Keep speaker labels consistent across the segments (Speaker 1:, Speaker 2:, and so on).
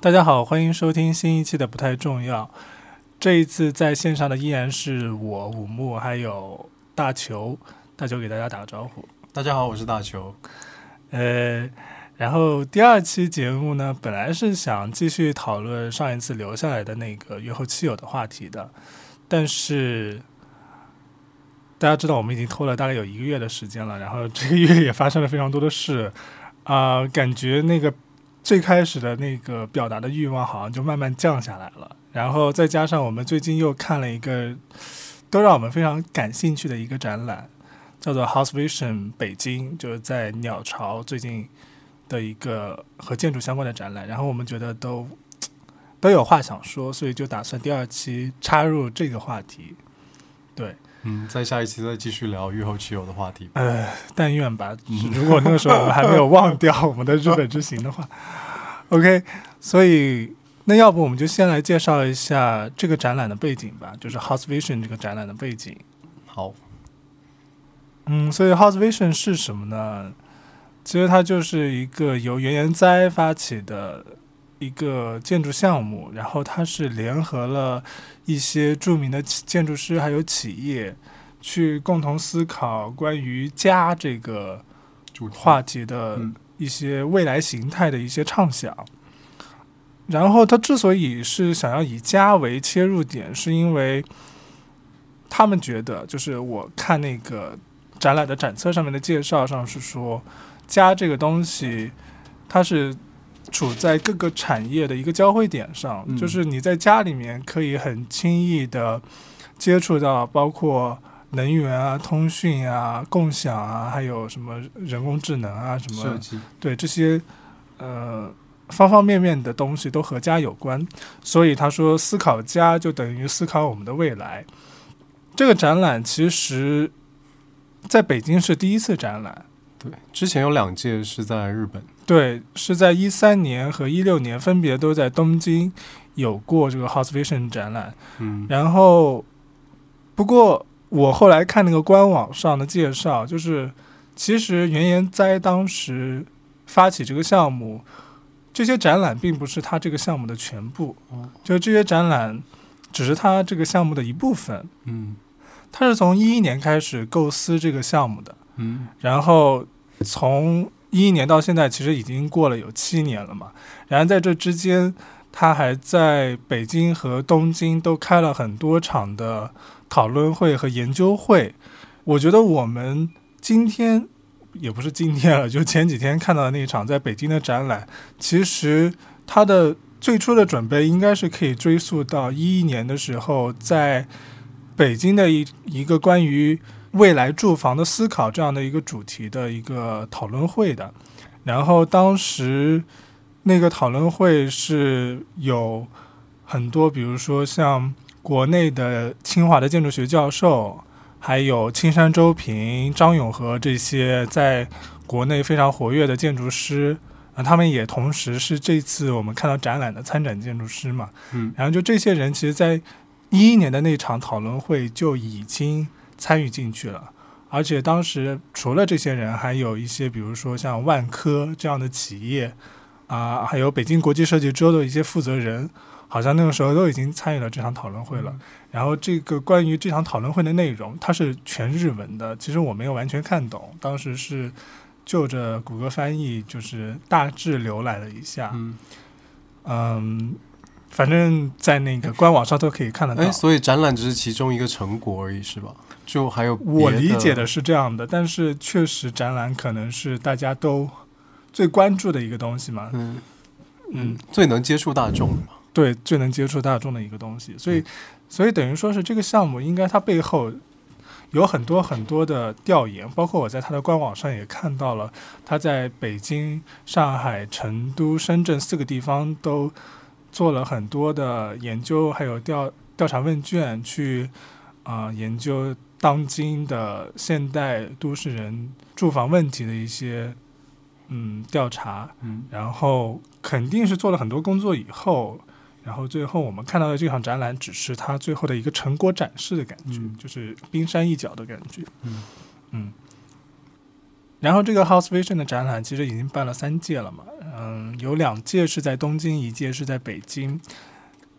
Speaker 1: 大家好，欢迎收听新一期的《不太重要》。这一次在线上的依然是我五木，还有大球。大球给大家打个招呼。
Speaker 2: 大家好，我是大球。
Speaker 1: 呃，然后第二期节目呢，本来是想继续讨论上一次留下来的那个约后妻友的话题的，但是大家知道我们已经拖了大概有一个月的时间了，然后这个月也发生了非常多的事，啊、感觉那个最开始的那个表达的欲望好像就慢慢降下来了，然后再加上我们最近又看了一个都让我们非常感兴趣的一个展览。叫做 House Vision 北京，就是在鸟巢最近的一个和建筑相关的展览。然后我们觉得都都有话想说，所以就打算第二期插入这个话题。对，
Speaker 2: 嗯，在下一期再继续聊雨后骑友的话题。
Speaker 1: 呃，但愿吧。如果那个时候我们还没有忘掉我们的日本之行的话，OK。所以，那要不我们就先来介绍一下这个展览的背景吧，就是 House Vision 这个展览的背景。
Speaker 2: 好，
Speaker 1: 嗯，所以 House Vision 是什么呢？其实它就是一个由原研哉发起的一个建筑项目，然后它是联合了一些著名的企建筑师还有企业，去共同思考关于家这个
Speaker 2: 主题
Speaker 1: 话题的
Speaker 2: 嗯
Speaker 1: 一些未来形态的一些畅想。然后他之所以是想要以家为切入点，是因为他们觉得，就是我看那个展览的展册上面的介绍上是说，家这个东
Speaker 2: 嗯
Speaker 1: 西，它是处在各个产业的一个交汇点上，
Speaker 2: 嗯
Speaker 1: 就是你在家里面可以很轻易的接触到，包括能源啊、通讯啊、共享啊，还有什么人工智能啊、什
Speaker 2: 设
Speaker 1: 么
Speaker 2: 计，
Speaker 1: 对这些呃方方面面的东西都和家有关，所以他说思考家就等于思考我们的未来。这个展览其实在北京是第一次展览，
Speaker 2: 对，之前有两届是在日本，
Speaker 1: 对，是在一三年和一六年分别都在东京有过这个 House Vision 展览，
Speaker 2: 嗯，
Speaker 1: 然后，不过我后来看那个官网上的介绍，就是其实原研哉当时发起这个项目，这些展览并不是他这个项目的全部，
Speaker 2: 哦
Speaker 1: 就是这些展览只是他这个项目的一部分。
Speaker 2: 嗯
Speaker 1: 他是从一一年开始构思这个项目的，
Speaker 2: 嗯，
Speaker 1: 然后从一一年到现在，其实已经过了有七年了嘛。然后在这之间，他还在北京和东京都开了很多场的讨论会和研究会。我觉得我们今天也不是今天了，就前几天看到的那场在北京的展览，其实它的最初的准备应该是可以追溯到一一年的时候，在北京的一一个关于未来住房的思考这样的一个主题的一个讨论会的。然后当时那个讨论会是有很多，比如说像国内的清华的建筑学教授，还有青山周平、张永和这些在国内非常活跃的建筑师。啊，他们也同时是这次我们看到展览的参展建筑师嘛，
Speaker 2: 嗯
Speaker 1: 然后就这些人，其实，在一一年的那场讨论会就已经参与进去了，而且当时除了这些人，还有一些比如说像万科这样的企业啊、还有北京国际设计周的一些负责人，好像那个时候都已经参与了这场讨论会
Speaker 2: 嗯
Speaker 1: 了。然后这个关于这场讨论会的内容，它是全日文的，其实我没有完全看懂，当时是就着谷歌翻译，就是大致浏览了一下。
Speaker 2: 嗯，
Speaker 1: 嗯，反正在那个官网上都可以看得到
Speaker 2: 哎，。所以展览只是其中一个成果而已，是吧？就还有
Speaker 1: 我
Speaker 2: 别
Speaker 1: 理解
Speaker 2: 的
Speaker 1: 的是这样的，但是确实展览可能是大家都最关注的一个东西嘛，
Speaker 2: 嗯
Speaker 1: 嗯
Speaker 2: 嗯，最能接触大众的嘛，
Speaker 1: 对，最能接触大众的一个东西，所以，所以等于说是这个项目应该它背后有很多很多的调研，包括我在它的官网上也看到了，它在北京、上海、成都、深圳四个地方都做了很多的研究，还有调调查问卷去啊、呃研究当今的现代都市人住房问题的一些嗯调查，
Speaker 2: 嗯
Speaker 1: 然后肯定是做了很多工作以后，然后最后我们看到的这场展览只是它最后的一个成果展示的感觉，
Speaker 2: 嗯
Speaker 1: 就是冰山一角的感觉。
Speaker 2: 嗯
Speaker 1: 嗯然后这个 House Vision 的展览其实已经办了三届了嘛，嗯，有两届是在东京，一届是在北京。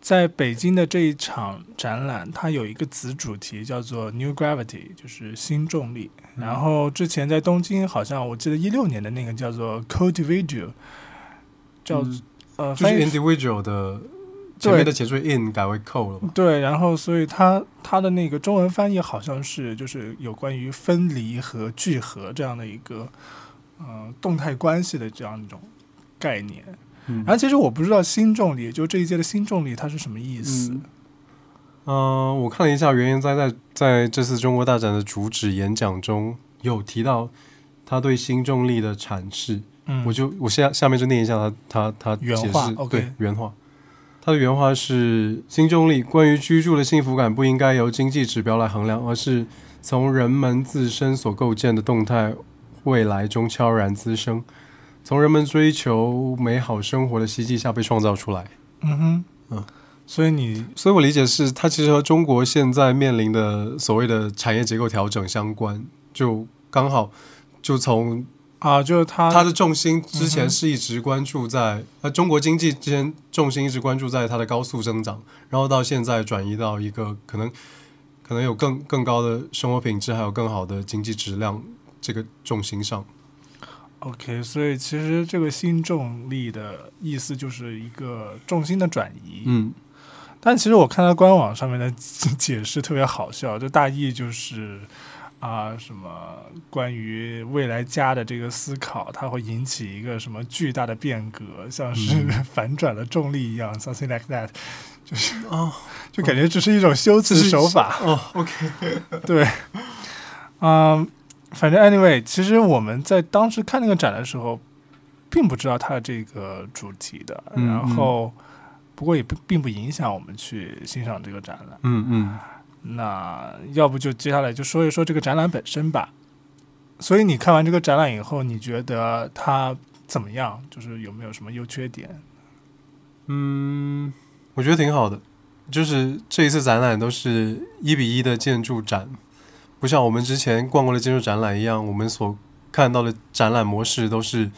Speaker 1: 在北京的这一场展览，它有一个子主题叫做 New Gravity，就是新重力。
Speaker 2: 嗯
Speaker 1: 然后之前在东京，好像我记得一六年的那个叫做 Cultividio，叫、
Speaker 2: 嗯
Speaker 1: 呃
Speaker 2: 就是
Speaker 1: 翻译
Speaker 2: individual 的
Speaker 1: 对
Speaker 2: 前面的前缀 in 改为 co 了嘛？
Speaker 1: 对，然后所以它它的那个中文翻译好像是就是有关于分离和聚合这样的一个呃动态关系的这样一种概念。
Speaker 2: 嗯
Speaker 1: 然后其实我不知道新重力，就这一届的新重力它是什么意思。
Speaker 2: 嗯呃，我看了一下原研哉在在这次中国大展的主旨演讲中有提到他对新重力的阐释，
Speaker 1: 嗯，
Speaker 2: 我就我下下面就念一下他他他
Speaker 1: 原
Speaker 2: 解
Speaker 1: 话
Speaker 2: 释
Speaker 1: ，OK
Speaker 2: 对原话。他的原话是：新重力关于居住的幸福感不应该由经济指标来衡量，而是从人们自身所构建的动态未来中悄然滋生，从人们追求美好生活的希冀下被创造出来。
Speaker 1: 嗯哼，
Speaker 2: 嗯，
Speaker 1: 所以你
Speaker 2: 所以我理解是，它其实和中国现在面临的所谓的产业结构调整相关，就刚好就从
Speaker 1: 啊，就是它
Speaker 2: 它的重心之
Speaker 1: 嗯
Speaker 2: 前
Speaker 1: 哼
Speaker 2: 是一直关注在呃中国经济之前重心一直关注在呃它的高速增长，然后到现在转移到一个可能可能有更更高的生活品质，还有更好的经济质量这个重心上。
Speaker 1: OK，所以其实这个新重力的意思就是一个重心的转移。
Speaker 2: 嗯，
Speaker 1: 但其实我看他官网上面的 解释特别好笑，就大意就是啊、什么关于未来家的这个思考，它会引起一个什么巨大的变革，像是
Speaker 2: 嗯
Speaker 1: 反转了重力一样、s o m e t h i n g like that，
Speaker 2: 哦
Speaker 1: 就感觉这是一种修辞手法。
Speaker 2: 哦，OK，
Speaker 1: 嗯，反正 anyway，其实我们在当时看那个展的时候，并不知道它的这个主题的，
Speaker 2: 嗯
Speaker 1: 然后不过也不并不影响我们去欣赏这个展览。
Speaker 2: 嗯嗯，
Speaker 1: 那要不就接下来就说一说这个展览本身吧。所以你看完这个展览以后，你觉得它怎么样？就是有没有什么优缺点？
Speaker 2: 嗯，我觉得挺好的，就是这一次展览都是一比一的建筑展，不像我们之前逛过的建筑展览一样，我们所看到的展览模式都是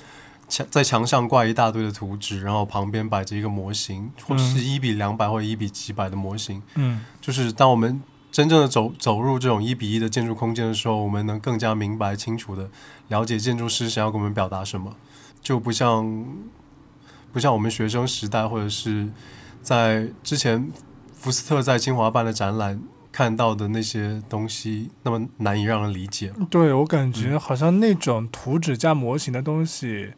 Speaker 2: 墙在墙上挂一大堆的图纸，然后旁边摆着一个模型，或者是一比两百或者一比几百的模型。
Speaker 1: 嗯
Speaker 2: 就是当我们真正的走走入这种一比一的建筑空间的时候，我们能更加明白清楚的了解建筑师想要给我们表达什么，就不像不像我们学生时代或者是在之前福斯特在清华办的展览看到的那些东西那么难以让人理解。
Speaker 1: 对我感觉
Speaker 2: 嗯
Speaker 1: 好像那种图纸加模型的东西，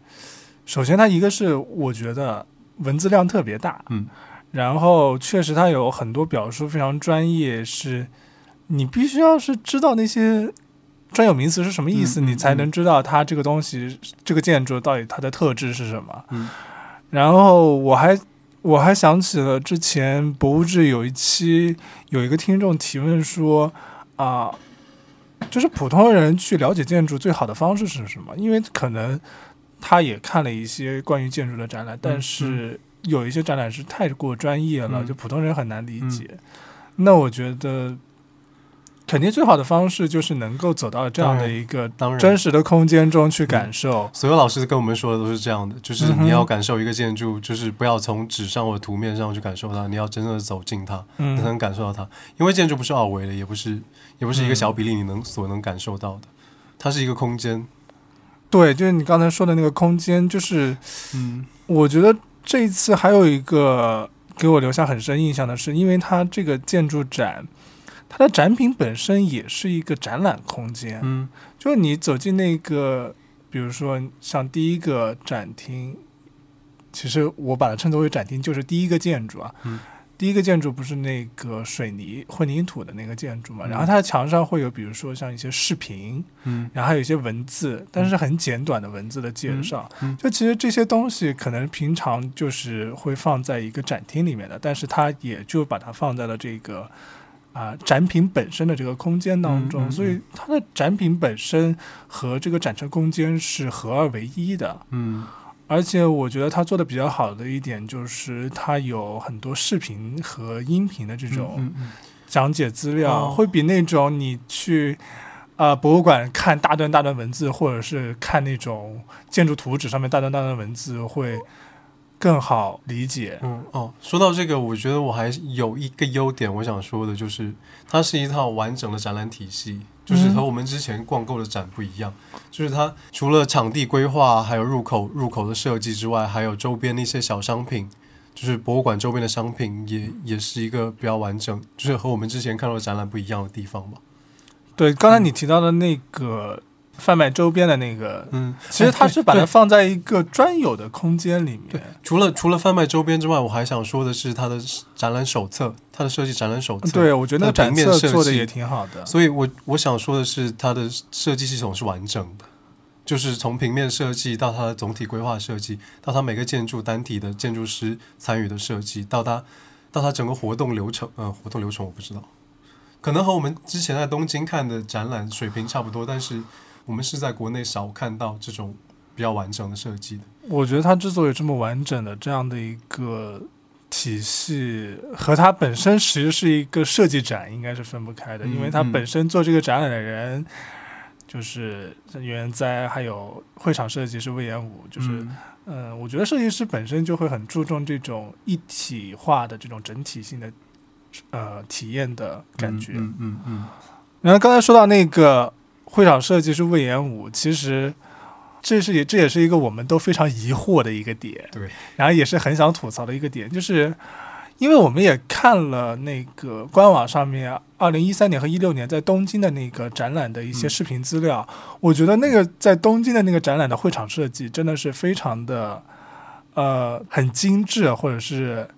Speaker 1: 首先它一个是我觉得文字量特别大，
Speaker 2: 嗯，
Speaker 1: 然后确实它有很多表述非常专业，是你必须要是知道那些专有名词是什么意思，
Speaker 2: 嗯嗯
Speaker 1: 你才
Speaker 2: 嗯
Speaker 1: 能知道它这个东西、这个建筑到底它的特质是什么。
Speaker 2: 嗯
Speaker 1: 然后我还我还想起了之前博物志有一期有一个听众提问说啊、就是普通人去了解建筑最好的方式是什么？因为可能他也看了一些关于建筑的展览，但是有一些展览是太过专业了，
Speaker 2: 嗯
Speaker 1: 就普通人很难理解。那我觉得。肯定最好的方式就是能够走到这样的一个
Speaker 2: 当然
Speaker 1: 真实的空间中去感受，
Speaker 2: 所有老师跟我们说的都是这样的，就是
Speaker 1: 嗯哼
Speaker 2: 你要感受一个建筑，就是不要从纸上或者图面上去感受它，你要真正的走进它。
Speaker 1: 嗯
Speaker 2: 才能感受到它。因为建筑不是二维的，也不是也不是一个
Speaker 1: 嗯
Speaker 2: 小比例你能所能感受到的，它是一个空间。
Speaker 1: 对，就是你刚才说的那个空间，就是
Speaker 2: 嗯
Speaker 1: 我觉得这一次还有一个给我留下很深印象的是，因为它这个建筑展，它的展品本身也是一个展览空间，
Speaker 2: 嗯
Speaker 1: 就是你走进那个，比如说像第一个展厅，其实我把它称作为展厅，就是第一个建筑啊。
Speaker 2: 嗯
Speaker 1: 第一个建筑不是那个水泥混凝土的那个建筑嘛，
Speaker 2: 嗯
Speaker 1: 然后它的墙上会有，比如说像一些视频，
Speaker 2: 嗯
Speaker 1: 然后还有一些文字，但是很简短的文字的介绍。
Speaker 2: 嗯嗯
Speaker 1: 就其实这些东西可能平常就是会放在一个展厅里面的，但是它也就把它放在了这个啊、展品本身的这个空间当中，
Speaker 2: 嗯嗯嗯
Speaker 1: 所以它的展品本身和这个展陈空间是合二为一的。
Speaker 2: 嗯
Speaker 1: 而且我觉得它做的比较好的一点就是它有很多视频和音频的这种
Speaker 2: 嗯嗯
Speaker 1: 讲解资料，
Speaker 2: 哦
Speaker 1: 会比那种你去呃博物馆看大段大段文字，或者是看那种建筑图纸上面大段大段文字会更好理解。
Speaker 2: 嗯哦，说到这个，我觉得我还有一个优点，我想说的就是，它是一套完整的展览体系，就是
Speaker 1: 嗯
Speaker 2: 和我们之前逛购的展不一样，就是它除了场地规划，还有入口入口的设计之外，还有周边的一些小商品，就是博物馆周边的商品也也是一个比较完整，就是和我们之前看到的展览不一样的地方吧。
Speaker 1: 对，刚才你提到的那个贩卖周边的那个，
Speaker 2: 嗯，
Speaker 1: 其实它是把
Speaker 2: 哎对
Speaker 1: 它放在一个专有的空间里面。
Speaker 2: 除了除了贩卖周边之外，我还想说的是它的展览手册，它的设计展览手册。
Speaker 1: 对，我觉得那个
Speaker 2: 它的
Speaker 1: 展
Speaker 2: 平面
Speaker 1: 册
Speaker 2: 设计
Speaker 1: 做的也挺好的。
Speaker 2: 所以我我想说的是，它的设计系统是完整的，就是从平面设计到它的总体规划设计，到它每个建筑单体的建筑师参与的设计，到它到它整个活动流程，嗯、活动流程我不知道，可能和我们之前在东京看的展览水平差不多，但是我们是在国内少看到这种比较完整的设计的。
Speaker 1: 我觉得它之所以这么完整的这样的一个体系，和它本身其实是一个设计展，应该是分不开的，
Speaker 2: 嗯
Speaker 1: 因为它
Speaker 2: 嗯
Speaker 1: 本身做这个展览的人。就是原哉，还有会场设计师魏延武，就是，
Speaker 2: 嗯
Speaker 1: 嗯、我觉得设计师本身就会很注重这种一体化的这种整体性的，呃，体验的感觉。
Speaker 2: 嗯嗯嗯
Speaker 1: 然后刚才说到那个会场设计是魏延武，其实这是也这也是一个我们都非常疑惑的一个点，
Speaker 2: 对，
Speaker 1: 然后也是很想吐槽的一个点，就是因为我们也看了那个官网上面二零一三年和一六年在东京的那个展览的一些
Speaker 2: 嗯
Speaker 1: 视频资料，我觉得那个在东京的那个展览的会场设计真的是非常的呃很精致，或者是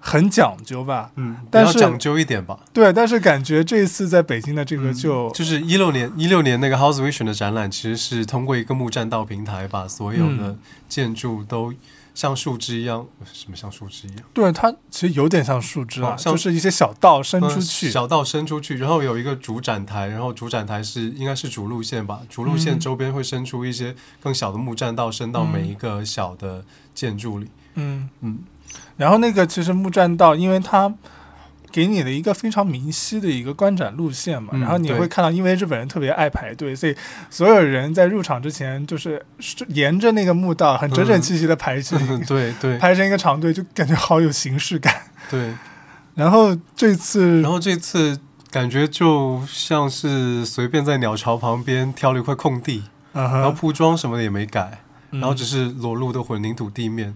Speaker 1: 很讲究吧。
Speaker 2: 嗯，嗯，比
Speaker 1: 但
Speaker 2: 较
Speaker 1: 是
Speaker 2: 讲究一点吧。
Speaker 1: 对，但是感觉这次在北京的这个
Speaker 2: 嗯
Speaker 1: 就、
Speaker 2: 就是一六年一六年那个 House Vision 的展览，其实是通过一个木栈道平台，把所有的
Speaker 1: 嗯
Speaker 2: 建筑都像树枝一样，什么像树枝一样
Speaker 1: 对，它其实有点像树枝啊，
Speaker 2: 哦像
Speaker 1: 就是一些小道伸出
Speaker 2: 嗯
Speaker 1: 去。
Speaker 2: 小道伸出去，然后有一个主展台，然后主展台是应该是主路线吧，主路线
Speaker 1: 嗯
Speaker 2: 周边会伸出一些更小的木栈道，伸到
Speaker 1: 嗯
Speaker 2: 每一个小的建筑里。
Speaker 1: 嗯，
Speaker 2: 嗯
Speaker 1: 然后那个其实木栈道，因为它给你的一个非常明晰的一个观展路线嘛，
Speaker 2: 嗯
Speaker 1: 然后你
Speaker 2: 对
Speaker 1: 会看到，因为日本人特别爱排队，所以所有人在入场之前就是是沿着那个木道很整整齐齐的排成、
Speaker 2: 对嗯对
Speaker 1: 排成一个长队，就感觉好有形式感。
Speaker 2: 对。
Speaker 1: 然后这次
Speaker 2: 然后这次感觉就像是随便在鸟巢旁边挑了一块空地，
Speaker 1: 嗯
Speaker 2: 然后
Speaker 1: 哼，
Speaker 2: 铺装什么的也没改。
Speaker 1: 然
Speaker 2: 然后只是裸露的混凝土地面，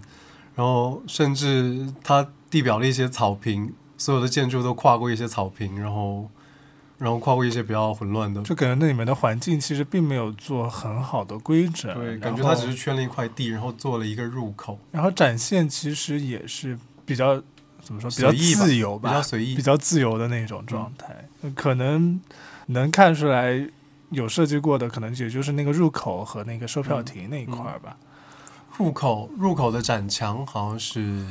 Speaker 2: 然后甚至它地表的一些草坪，所有的建筑都跨过一些草坪，然后然后跨过一些比较混乱的，
Speaker 1: 就感觉那里面的环境其实并没有做很好的规整，
Speaker 2: 对，
Speaker 1: 然
Speaker 2: 感觉
Speaker 1: 后
Speaker 2: 它只是圈了一块地，然后做了一个入口，
Speaker 1: 然后展现其实也是比较怎么说，比较
Speaker 2: 随意吧
Speaker 1: 自由
Speaker 2: 比较随
Speaker 1: 比
Speaker 2: 意。嗯
Speaker 1: 较自由的那种状态，可能能看出来有设计过的，可能也就是那个入口和那个售票亭那一块儿吧，
Speaker 2: 嗯入口入口的展墙好像是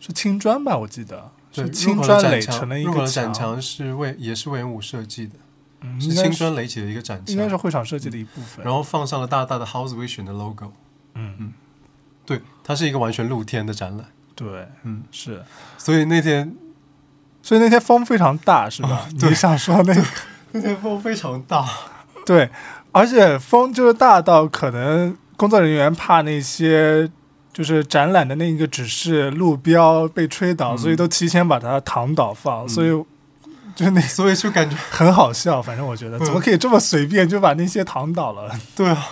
Speaker 1: 是青砖吧，我记得
Speaker 2: 嗯对
Speaker 1: 是
Speaker 2: 入
Speaker 1: 青
Speaker 2: 口的
Speaker 1: 砖
Speaker 2: 展
Speaker 1: 垒
Speaker 2: 墙，
Speaker 1: 成了一
Speaker 2: 入口
Speaker 1: 个
Speaker 2: 的展，墙是为也是为武设计的，
Speaker 1: 嗯、
Speaker 2: 是
Speaker 1: 应该
Speaker 2: 青砖垒起的一个展
Speaker 1: 应该是
Speaker 2: 墙，
Speaker 1: 会场设计的一部分，
Speaker 2: 然后放上了大大的 House Vision 的 logo，
Speaker 1: 嗯，
Speaker 2: 对，它是一个完全露天的展览，
Speaker 1: 对，
Speaker 2: 嗯，
Speaker 1: 是。
Speaker 2: 所以那天
Speaker 1: 所以那天风非常大，是吧？
Speaker 2: 对
Speaker 1: 你想说那个
Speaker 2: 那天风非常大，
Speaker 1: 对，而且风就是大到可能工作人员怕那些就是展览的那个指示路标被吹倒，
Speaker 2: 嗯
Speaker 1: 所以都提前把它躺倒放，
Speaker 2: 嗯
Speaker 1: 所以就是那
Speaker 2: 所以就感觉
Speaker 1: 很好笑。反正我觉得
Speaker 2: 嗯
Speaker 1: 怎么可以这么随便就把那些躺倒了？
Speaker 2: 对啊，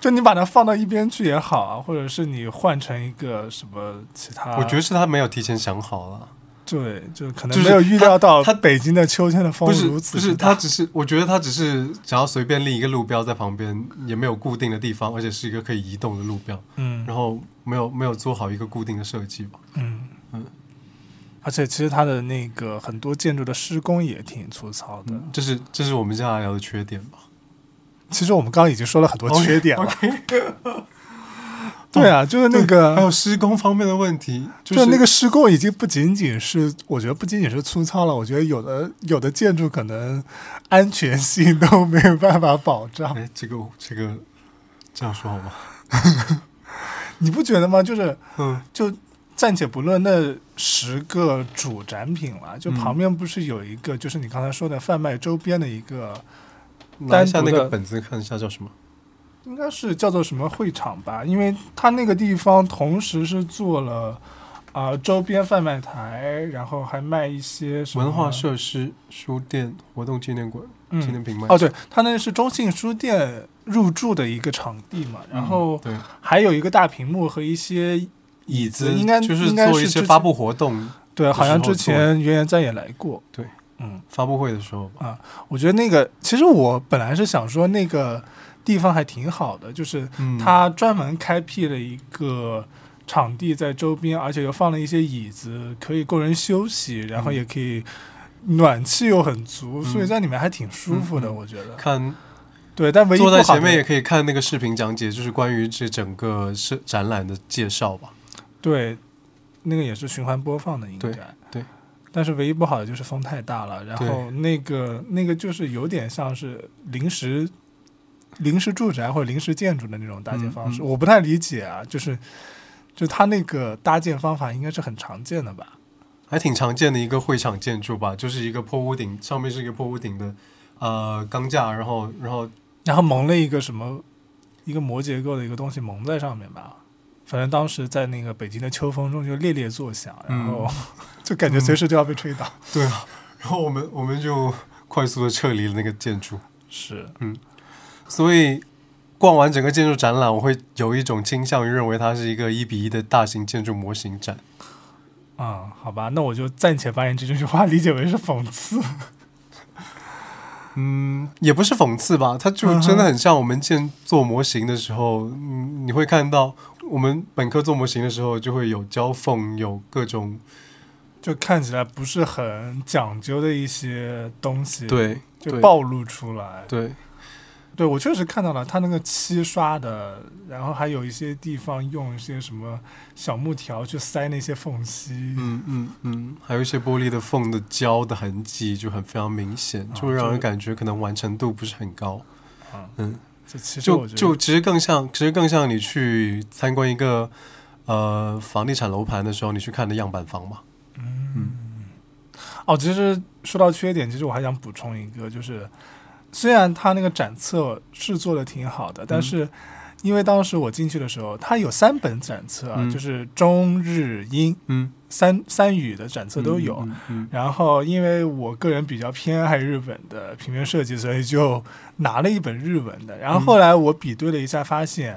Speaker 1: 就你把它放到一边去也好啊，或者是你换成一个什么其他，
Speaker 2: 我觉得是他没有提前想好了，
Speaker 1: 对，就可能
Speaker 2: 就是
Speaker 1: 没有预料到
Speaker 2: 他他
Speaker 1: 北京的秋天的风
Speaker 2: 不是
Speaker 1: 哦如
Speaker 2: 不
Speaker 1: 此
Speaker 2: 是，
Speaker 1: 之大
Speaker 2: 他只是我觉得他只是想要随便立一个路标在旁边，也没有固定的地方，而且是一个可以移动的路标，
Speaker 1: 嗯
Speaker 2: 然后没有没有做好一个固定的设计吧。
Speaker 1: 嗯
Speaker 2: 嗯
Speaker 1: 而且其实它的那个很多建筑的施工也挺粗糙的，
Speaker 2: 嗯，这是这是我们接下来聊的缺点吧。
Speaker 1: 其实我们刚刚已经说了很多缺点了。
Speaker 2: 哦 OK，
Speaker 1: 对啊，就是那
Speaker 2: 还
Speaker 1: 个，
Speaker 2: 有施工方面的问题，
Speaker 1: 就是是那个施工已经不仅仅是，我觉得不仅仅是粗糙了，我觉得有的有的建筑可能安全性都没有办法保障，
Speaker 2: 哎，这个这个这样说好吗？
Speaker 1: 你不觉得吗？就是
Speaker 2: 嗯
Speaker 1: 就暂且不论那十个主展品了，就
Speaker 2: 嗯
Speaker 1: 旁边不是有一个，就是你刚才说的贩卖周边的一个
Speaker 2: 拿嗯一下
Speaker 1: 单独
Speaker 2: 那
Speaker 1: 的
Speaker 2: 个本子看一下叫什么？
Speaker 1: 应该是叫做什么会场吧，因为它那个地方同时是做了啊、周边贩卖台，然后还卖一些什么啊
Speaker 2: 文化设施、书店、活动纪念馆、纪
Speaker 1: 嗯
Speaker 2: 念品卖。
Speaker 1: 哦，对，它那是中信书店入驻的一个场地嘛，
Speaker 2: 嗯，
Speaker 1: 然后
Speaker 2: 对
Speaker 1: 还有一个大屏幕和一些
Speaker 2: 椅子，
Speaker 1: 应该
Speaker 2: 就是
Speaker 1: 应该
Speaker 2: 做一
Speaker 1: 是
Speaker 2: 些
Speaker 1: 之
Speaker 2: 发
Speaker 1: 前
Speaker 2: 布活动、
Speaker 1: 对，
Speaker 2: 的
Speaker 1: 好
Speaker 2: 时
Speaker 1: 像
Speaker 2: 候
Speaker 1: 之
Speaker 2: 做
Speaker 1: 前原研哉也来过，
Speaker 2: 对，
Speaker 1: 嗯，
Speaker 2: 发布会的时候吧。
Speaker 1: 我觉得那个其实我本来是想说那个地方还挺好的，就是
Speaker 2: 嗯，
Speaker 1: 他专门开辟了一个场地在周边，而且又放了一些椅子，可以供人休息，然后也可以暖气又很足，
Speaker 2: 嗯
Speaker 1: 所以在里面还挺舒服的，
Speaker 2: 嗯嗯
Speaker 1: 我觉得。
Speaker 2: 看
Speaker 1: 对，但唯一不
Speaker 2: 坐
Speaker 1: 好
Speaker 2: 在
Speaker 1: 的
Speaker 2: 前面也可以看那个视频讲解，就是关于这整个是展览的介绍吧。
Speaker 1: 对，那个也是循环播放的，应该
Speaker 2: 对对
Speaker 1: 但是唯一不好的就是风太大了，然后
Speaker 2: 对
Speaker 1: 那个那个就是有点像是临时临时住宅或者临时建筑的那种搭建方式，
Speaker 2: 嗯
Speaker 1: 我不太理解啊，就是就它那个搭建方法应该是很常见的吧？
Speaker 2: 还挺常见的一个会场建筑吧，就是一个破屋顶，上面是一个破屋顶的呃钢架，然后然后
Speaker 1: 然后蒙了一个什么一个膜结构的一个东西蒙在上面吧，反正当时在那个北京的秋风中就猎猎作响，然
Speaker 2: 嗯
Speaker 1: 后、就感觉随时就要被吹倒。
Speaker 2: 对啊，然后我们我们就快速的撤离了那个建筑，
Speaker 1: 是，
Speaker 2: 所以逛完整个建筑展览，我会有一种倾向于认为它是一个一比一的大型建筑模型展。
Speaker 1: 嗯，好吧，那我就暂且把你这句话理解为是讽刺。
Speaker 2: 嗯，也不是讽刺吧，它
Speaker 1: 嗯
Speaker 2: 就真的很像我们建做模型的时候，嗯，你会看到我们本科做模型的时候就会有交缝，有各种
Speaker 1: 就看起来不是很讲究的一些东西，，
Speaker 2: 对
Speaker 1: 就
Speaker 2: 对
Speaker 1: 暴露出来。
Speaker 2: 对，
Speaker 1: 对我确实看到了它那个漆刷的，然后还有一些地方用一些什么小木条去塞那些缝隙，
Speaker 2: 嗯嗯嗯，还有一些玻璃的缝的胶的痕迹就很非常明显，
Speaker 1: 啊
Speaker 2: 就会
Speaker 1: 就
Speaker 2: 让
Speaker 1: 是
Speaker 2: 人感觉可能完成度不是很高。
Speaker 1: 啊，
Speaker 2: 嗯，
Speaker 1: 这其实
Speaker 2: 就
Speaker 1: 我觉得
Speaker 2: 就其实更像，其实更像你去参观一个呃房地产楼盘的时候，你去看的样板房嘛。
Speaker 1: 哦，其实说到缺点，其实我还想补充一个，就是虽然它那个展册是做的挺好的，但
Speaker 2: 嗯
Speaker 1: 是因为当时我进去的时候，它有三本展册啊，
Speaker 2: 嗯
Speaker 1: 就是中日英
Speaker 2: 嗯，
Speaker 1: 三三语的展册都有。啊
Speaker 2: 嗯嗯
Speaker 1: 然后，因为我个人比较偏爱日本的平面设计，所以就拿了一本日文的。
Speaker 2: 嗯
Speaker 1: 然后后来我比对了一下，发现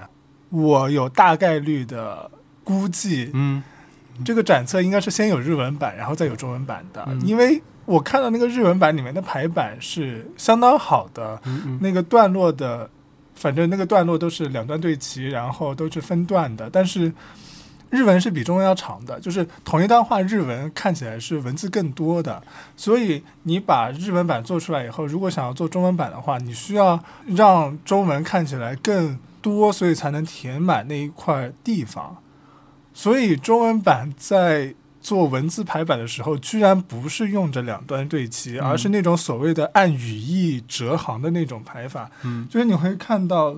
Speaker 1: 我有大概率的估计，
Speaker 2: 嗯
Speaker 1: 这个展册应该是先有日文版，然后再有中文版的，
Speaker 2: 嗯
Speaker 1: 因为我看到那个日文版里面的排版是相当好的，
Speaker 2: 嗯嗯嗯
Speaker 1: 那个段落的，反正那个段落都是两段对齐，然后都是分段的，但是。日文是比中文要长的，就是同一段话，日文看起来是文字更多的，所以你把日文版做出来以后，如果想要做中文版的话，你需要让中文看起来更多，所以才能填满那一块地方。所以中文版在做文字排版的时候，居然不是用着两端对齐，
Speaker 2: 嗯
Speaker 1: 而是那种所谓的按语义折行的那种排法，
Speaker 2: 嗯
Speaker 1: 就是你会看到。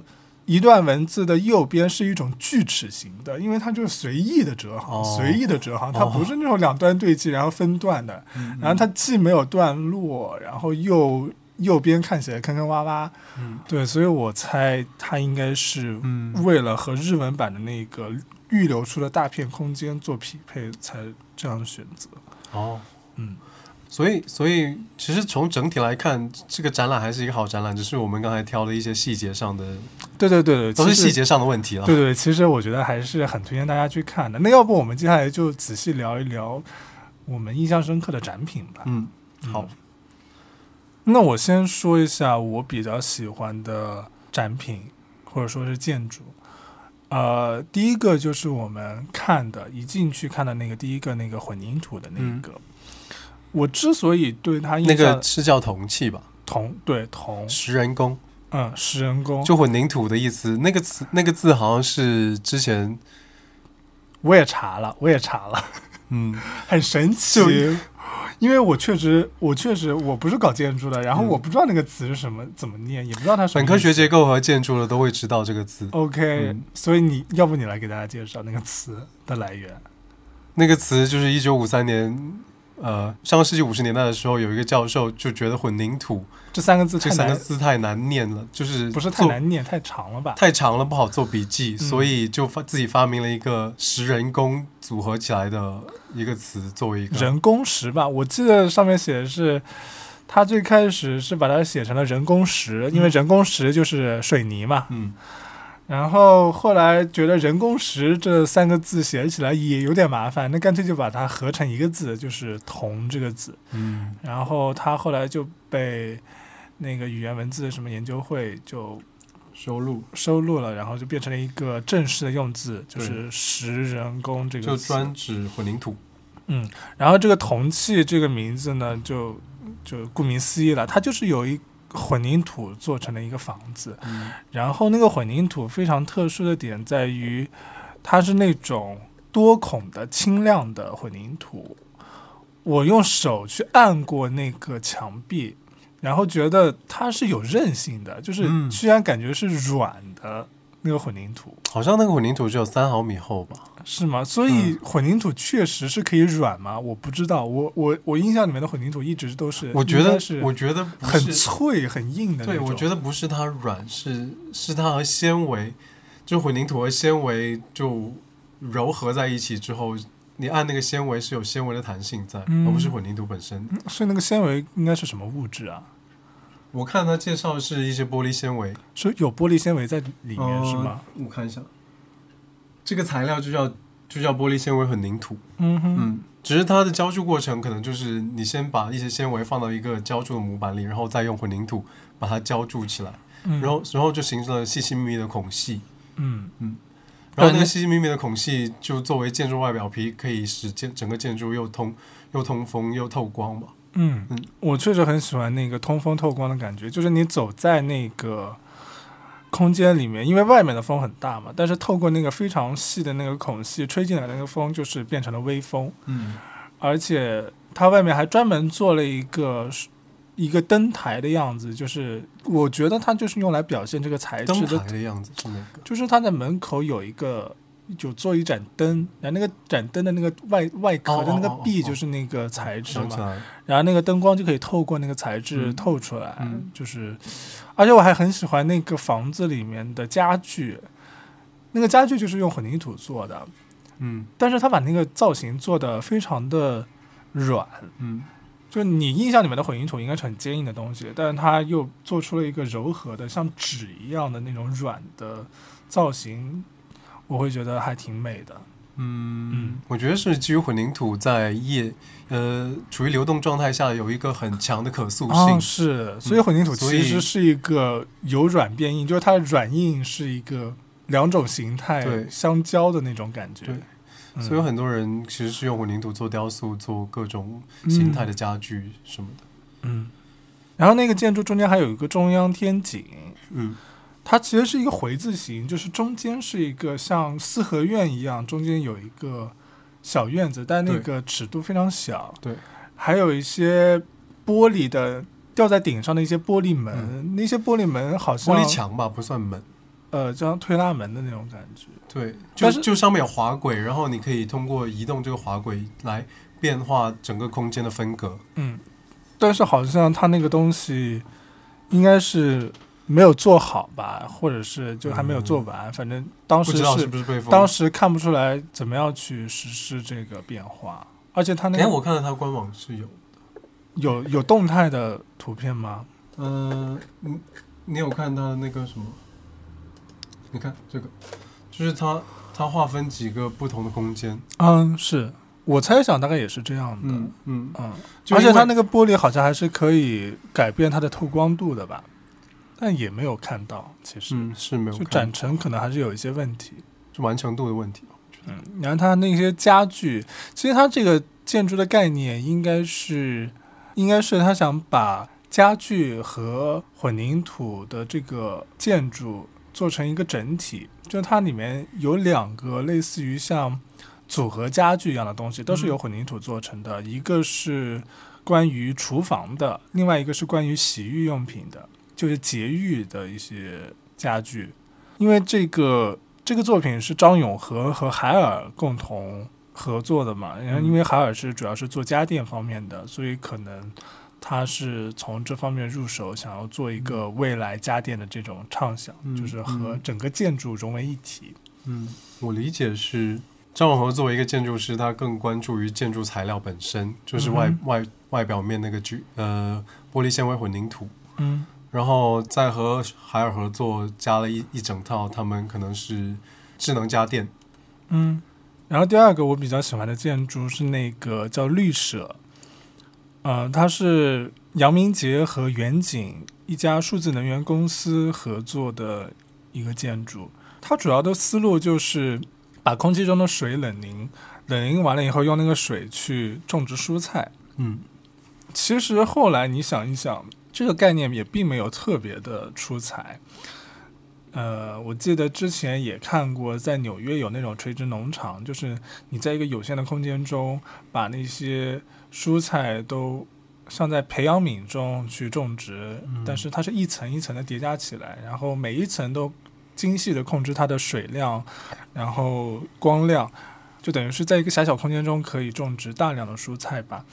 Speaker 1: 一段文字的右边是一种锯齿形的，因为它就是随意的折行，
Speaker 2: 哦
Speaker 1: 随意的折行，它
Speaker 2: 哦
Speaker 1: 不是那种两端对齐然后分段的，
Speaker 2: 嗯
Speaker 1: 然后它既没有段落，然后又右边看起来坑坑洼洼，
Speaker 2: 嗯
Speaker 1: 对，所以我猜它应该是
Speaker 2: 嗯
Speaker 1: 为了和日文版的那个预留出的大片空间做匹配才这样选择。
Speaker 2: 哦，
Speaker 1: 嗯，
Speaker 2: 所以所以其实从整体来看，这个展览还是一个好展览，只是我们刚才挑了一些细节上的，
Speaker 1: 对对对对，
Speaker 2: 都是
Speaker 1: 其实
Speaker 2: 细。节上的啊问题了。
Speaker 1: 对对，其实我觉得还是很推荐大家去看的。那要不我们接下来就仔细聊一聊我们印象深刻的展品吧。
Speaker 2: 嗯，好，
Speaker 1: 那我先说一下我比较喜欢的展品，或者说是建筑。呃，第一个就是我们看的，一进去看的那个第一个那个混凝土的那
Speaker 2: 嗯
Speaker 1: 个。我之所以对它印
Speaker 2: 那
Speaker 1: 象
Speaker 2: 个是叫铜器吧，
Speaker 1: 铜，对铜，
Speaker 2: 石人工。
Speaker 1: 嗯，石人工，
Speaker 2: 就混凝土的意思，那个词那个字好像是之前，
Speaker 1: 我也查了，我也查了，
Speaker 2: 嗯，
Speaker 1: 很神奇
Speaker 2: 就。
Speaker 1: 因为我确实，我确实，我不是搞建筑的，然后
Speaker 2: 嗯
Speaker 1: 我不知道那个词是什么，怎么念，也不知道它什么
Speaker 2: 本
Speaker 1: 意思。
Speaker 2: 科学结构和建筑的都会知道这个字。
Speaker 1: OK，、
Speaker 2: 嗯
Speaker 1: 所以你要不你来给大家介绍那个词的来源？
Speaker 2: 那个词就是一九五三年，呃，上个世纪五十年代的时候，有一个教授就觉得混凝土
Speaker 1: 这三个字
Speaker 2: 这
Speaker 1: 太
Speaker 2: 三个
Speaker 1: 难，
Speaker 2: 字太难念了，就是
Speaker 1: 不是太
Speaker 2: 做
Speaker 1: 难念，太长了吧？
Speaker 2: 太长了不好做笔记，
Speaker 1: 嗯
Speaker 2: 所以就发自己发明了一个十人工组合起来的一个词作为一个
Speaker 1: 人工石吧，我记得上面写的是，他最开始是把它写成了人工石，因为人工石就是水泥嘛。
Speaker 2: 嗯，
Speaker 1: 然后后来觉得人工石这三个字写起来也有点麻烦，那干脆就把它合成一个字，就是铜这个字。
Speaker 2: 嗯，
Speaker 1: 然后他后来就被那个语言文字什么研究会就
Speaker 2: 收录
Speaker 1: 收录了，然后就变成了一个正式的用字，就
Speaker 2: 对
Speaker 1: 是石人工这
Speaker 2: 就
Speaker 1: 个词。
Speaker 2: 专指混凝土，
Speaker 1: 然后这个铜器这个名字呢，就就顾名思义了，它就是有一混凝土做成的一个房子。
Speaker 2: 嗯
Speaker 1: 然后那个混凝土非常特殊的点在于，它是那种多孔的轻量的混凝土。我用手去按过那个墙壁，然后觉得它是有韧性的，就是
Speaker 2: 嗯
Speaker 1: 居然感觉是软的那个混凝土，
Speaker 2: 好像那个混凝土只有三毫米厚吧？
Speaker 1: 是吗？所
Speaker 2: 嗯
Speaker 1: 以混凝土确实是可以软吗？我不知道，我我我印象里面的混凝土一直都是，
Speaker 2: 我觉
Speaker 1: 应
Speaker 2: 得
Speaker 1: 该是，
Speaker 2: 我觉得不
Speaker 1: 很
Speaker 2: 是，
Speaker 1: 脆很硬的那
Speaker 2: 对，
Speaker 1: 种。
Speaker 2: 我觉得不是它软，是是它和纤维，就混凝土和纤维就柔合在一起之后，你按那个纤维是有纤维的弹性在，
Speaker 1: 嗯
Speaker 2: 而不是混凝土本身。
Speaker 1: 嗯，所以那个纤维应该是什么物质啊？
Speaker 2: 我看它介绍是一些玻璃纤维，
Speaker 1: 是有玻璃纤维在里面、是吗？
Speaker 2: 呃？我看一下，这个材料就叫就叫玻璃纤维混凝土。
Speaker 1: 嗯哼，
Speaker 2: 嗯，只是它的浇筑过程可能就是你先把一些纤维放到一个浇筑的模板里，然后再用混凝土把它浇筑起来，
Speaker 1: 嗯
Speaker 2: 然后然后就形成了细细密密的孔隙。
Speaker 1: 嗯
Speaker 2: 然
Speaker 1: 对
Speaker 2: 后那个
Speaker 1: 那
Speaker 2: 细细密密的孔隙就作为建筑外表皮，可以使建整个建筑又通又通风又透光嘛。
Speaker 1: 嗯
Speaker 2: 嗯，
Speaker 1: 我确实很喜欢那个通风透光的感觉，就是你走在那个空间里面，因为外面的风很大嘛，但是透过那个非常细的那个孔隙吹进来的那个风，就是变成了微风，
Speaker 2: 嗯，
Speaker 1: 而且它外面还专门做了一个。一个灯台的样子，就是我觉得它就是用来表现这个材
Speaker 2: 灯
Speaker 1: 质
Speaker 2: 台
Speaker 1: 的
Speaker 2: 的样子是那个。
Speaker 1: 就是它在门口有一个有做一盏灯，然后那个盏灯的那个外外壳的那个
Speaker 2: 哦哦哦
Speaker 1: 壁
Speaker 2: 哦
Speaker 1: 就是那个材质
Speaker 2: 想起
Speaker 1: 嘛，
Speaker 2: 来了，
Speaker 1: 然后那个灯光就可以透过那个材质
Speaker 2: 嗯
Speaker 1: 透出来
Speaker 2: 嗯，
Speaker 1: 就是，而且我还很喜欢那个房子里面的家具，那个家具就是用混凝土做的，
Speaker 2: 嗯
Speaker 1: 但是他把那个造型做的非常的软，
Speaker 2: 嗯，
Speaker 1: 就你印象里面的混凝土应该是很坚硬的东西，但是它又做出了一个柔和的，像纸一样的那种软的造型，我会觉得还挺美的。
Speaker 2: 嗯，我觉得是基于混凝土在液呃处于流动状态下有一个很强的可塑性，
Speaker 1: 哦，是，所以混凝土
Speaker 2: 啊所
Speaker 1: 其
Speaker 2: 以
Speaker 1: 实是一个由软变硬，就是它的软硬是一个两种形态
Speaker 2: 对
Speaker 1: 相交的那种感觉。
Speaker 2: 对
Speaker 1: 嗯
Speaker 2: 所以有很多人其实是用混凝土做雕塑、做各种形态的家具什么的。
Speaker 1: 嗯，然后那个建筑中间还有一个中央天井，
Speaker 2: 嗯
Speaker 1: 它其实是一个回字形，就是中间是一个像四合院一样，中间有一个小院子，但那
Speaker 2: 对
Speaker 1: 个尺度非常小。
Speaker 2: 对，
Speaker 1: 还有一些玻璃的吊在顶上的一些玻璃门，那些玻璃门好像
Speaker 2: 嗯玻璃，墙吧不算门，
Speaker 1: 呃，就像推拉门的那种感觉。
Speaker 2: 对，就
Speaker 1: 但是
Speaker 2: 就上面有滑轨，然后你可以通过移动这个滑轨来变化整个空间的分隔。
Speaker 1: 嗯，但是好像它那个东西应该是没有做好吧，或者是就还没有做完，反正当
Speaker 2: 嗯不
Speaker 1: 时
Speaker 2: 知道
Speaker 1: 是
Speaker 2: 是不是被封？
Speaker 1: 当时看不出来怎么样去实施这个变化，而且它那
Speaker 2: 哎，
Speaker 1: 个
Speaker 2: 我看到它官网是有，
Speaker 1: 有有动态的图片吗？
Speaker 2: 嗯，你你有看它的那个什么？你看这个，就是它它划分几个不同的空间。
Speaker 1: 嗯，是我猜想大概也是这样的。嗯
Speaker 2: 嗯，就
Speaker 1: 而且
Speaker 2: 因为
Speaker 1: 它那个玻璃好像还是可以改变它的透光度的吧，但也没有看到，其实、
Speaker 2: 嗯是没有
Speaker 1: 就
Speaker 2: 看
Speaker 1: 展，陈可能还是有一些问题。
Speaker 2: 就完成度的问题。
Speaker 1: 嗯，然后它那些家具，其实它这个建筑的概念应该是，应该是他想把家具和混凝土的这个建筑做成一个整体，就是它里面有两个类似于像组合家具一样的东西，都是由混凝土做成的，一个是关于厨房的，另外一个是关于洗浴用品的，就是节浴的一些家具，因为这个这个作品是张永和和海尔共同合作的嘛，
Speaker 2: 嗯
Speaker 1: 然后因为海尔是主要是做家电方面的，所以可能他是从这方面入手，想要做一个未来家电的这种畅想，
Speaker 2: 嗯
Speaker 1: 就是和整个建筑融为一体。
Speaker 2: 嗯，我理解是张永和作为一个建筑师，他更关注于建筑材料本身，就是外、
Speaker 1: 嗯
Speaker 2: 外外表面那个聚呃玻璃纤维混凝土，
Speaker 1: 嗯
Speaker 2: 然后再和海尔合作加了一一整套，他们可能是智能家电，
Speaker 1: 嗯。然后第二个我比较喜欢的建筑是那个叫绿舍，呃，它是杨明杰和远景一家数字能源公司合作的一个建筑。它主要的思路就是把空气中的水冷凝，冷凝完了以后用那个水去种植蔬菜。
Speaker 2: 嗯
Speaker 1: 其实后来你想一想，这个概念也并没有特别的出彩。呃，我记得之前也看过，在纽约有那种垂直农场，就是你在一个有限的空间中，把那些蔬菜都像在培养皿中去种植，
Speaker 2: 嗯
Speaker 1: 但是它是一层一层的叠加起来，然后每一层都精细的控制它的水量，然后光亮，就等于是在一个狭小空间中可以种植大量的蔬菜吧。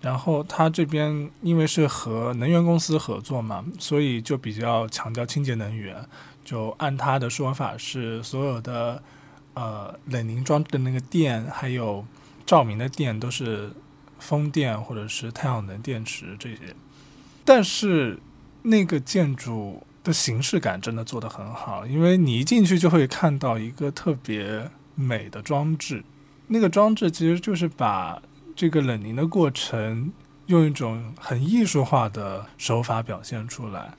Speaker 1: 然后它这边因为是和能源公司合作嘛，所以就比较强调清洁能源。就按他的说法是，所有的呃冷凝装置的那个电，还有照明的电都是风电或者是太阳能电池这些。但是那个建筑的形式感真的做得很好，因为你一进去就会看到一个特别美的装置。那个装置其实就是把这个冷凝的过程用一种很艺术化的手法表现出来。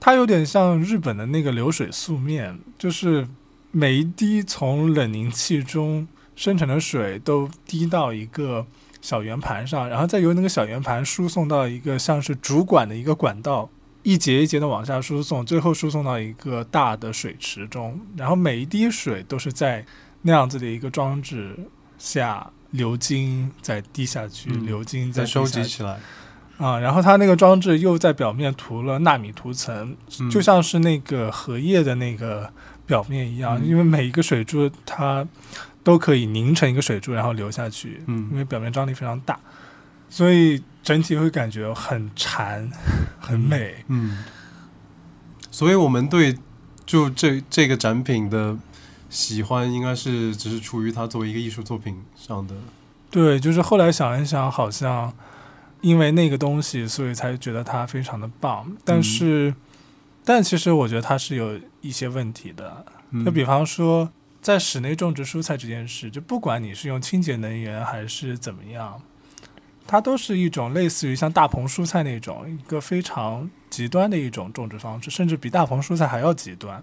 Speaker 1: 它有点像日本的那个流水素面，就是每一滴从冷凝器中生成的水都滴到一个小圆盘上，然后再由那个小圆盘输送到一个像是主管的一个管道，一节一节的往下输送，最后输送到一个大的水池中。然后每一滴水都是在那样子的一个装置下流经，再滴下去，
Speaker 2: 嗯
Speaker 1: 流经再
Speaker 2: 再
Speaker 1: 滴
Speaker 2: 收
Speaker 1: 下
Speaker 2: 集
Speaker 1: 去
Speaker 2: 起来，
Speaker 1: 啊、然后它那个装置又在表面涂了纳米涂层，
Speaker 2: 嗯
Speaker 1: 就像是那个荷叶的那个表面一样，
Speaker 2: 嗯
Speaker 1: 因为每一个水珠它都可以凝成一个水珠，然后流下去，因
Speaker 2: 嗯
Speaker 1: 为表面张力非常大，所以整体会感觉很禅，很美。
Speaker 2: 嗯，所以我们对就这这个展品的喜欢，应该是只是出于它作为一个艺术作品上的，
Speaker 1: 对，就是后来想一想，好像因为那个东西，所以才觉得它非常的棒。
Speaker 2: 嗯
Speaker 1: 但是，但其实我觉得它是有一些问题的，
Speaker 2: 嗯
Speaker 1: 就比方说，在室内种植蔬菜这件事，就不管你是用清洁能源还是怎么样，它都是一种类似于像大棚蔬菜那种一个非常极端的一种种植方式，甚至比大棚蔬菜还要极端。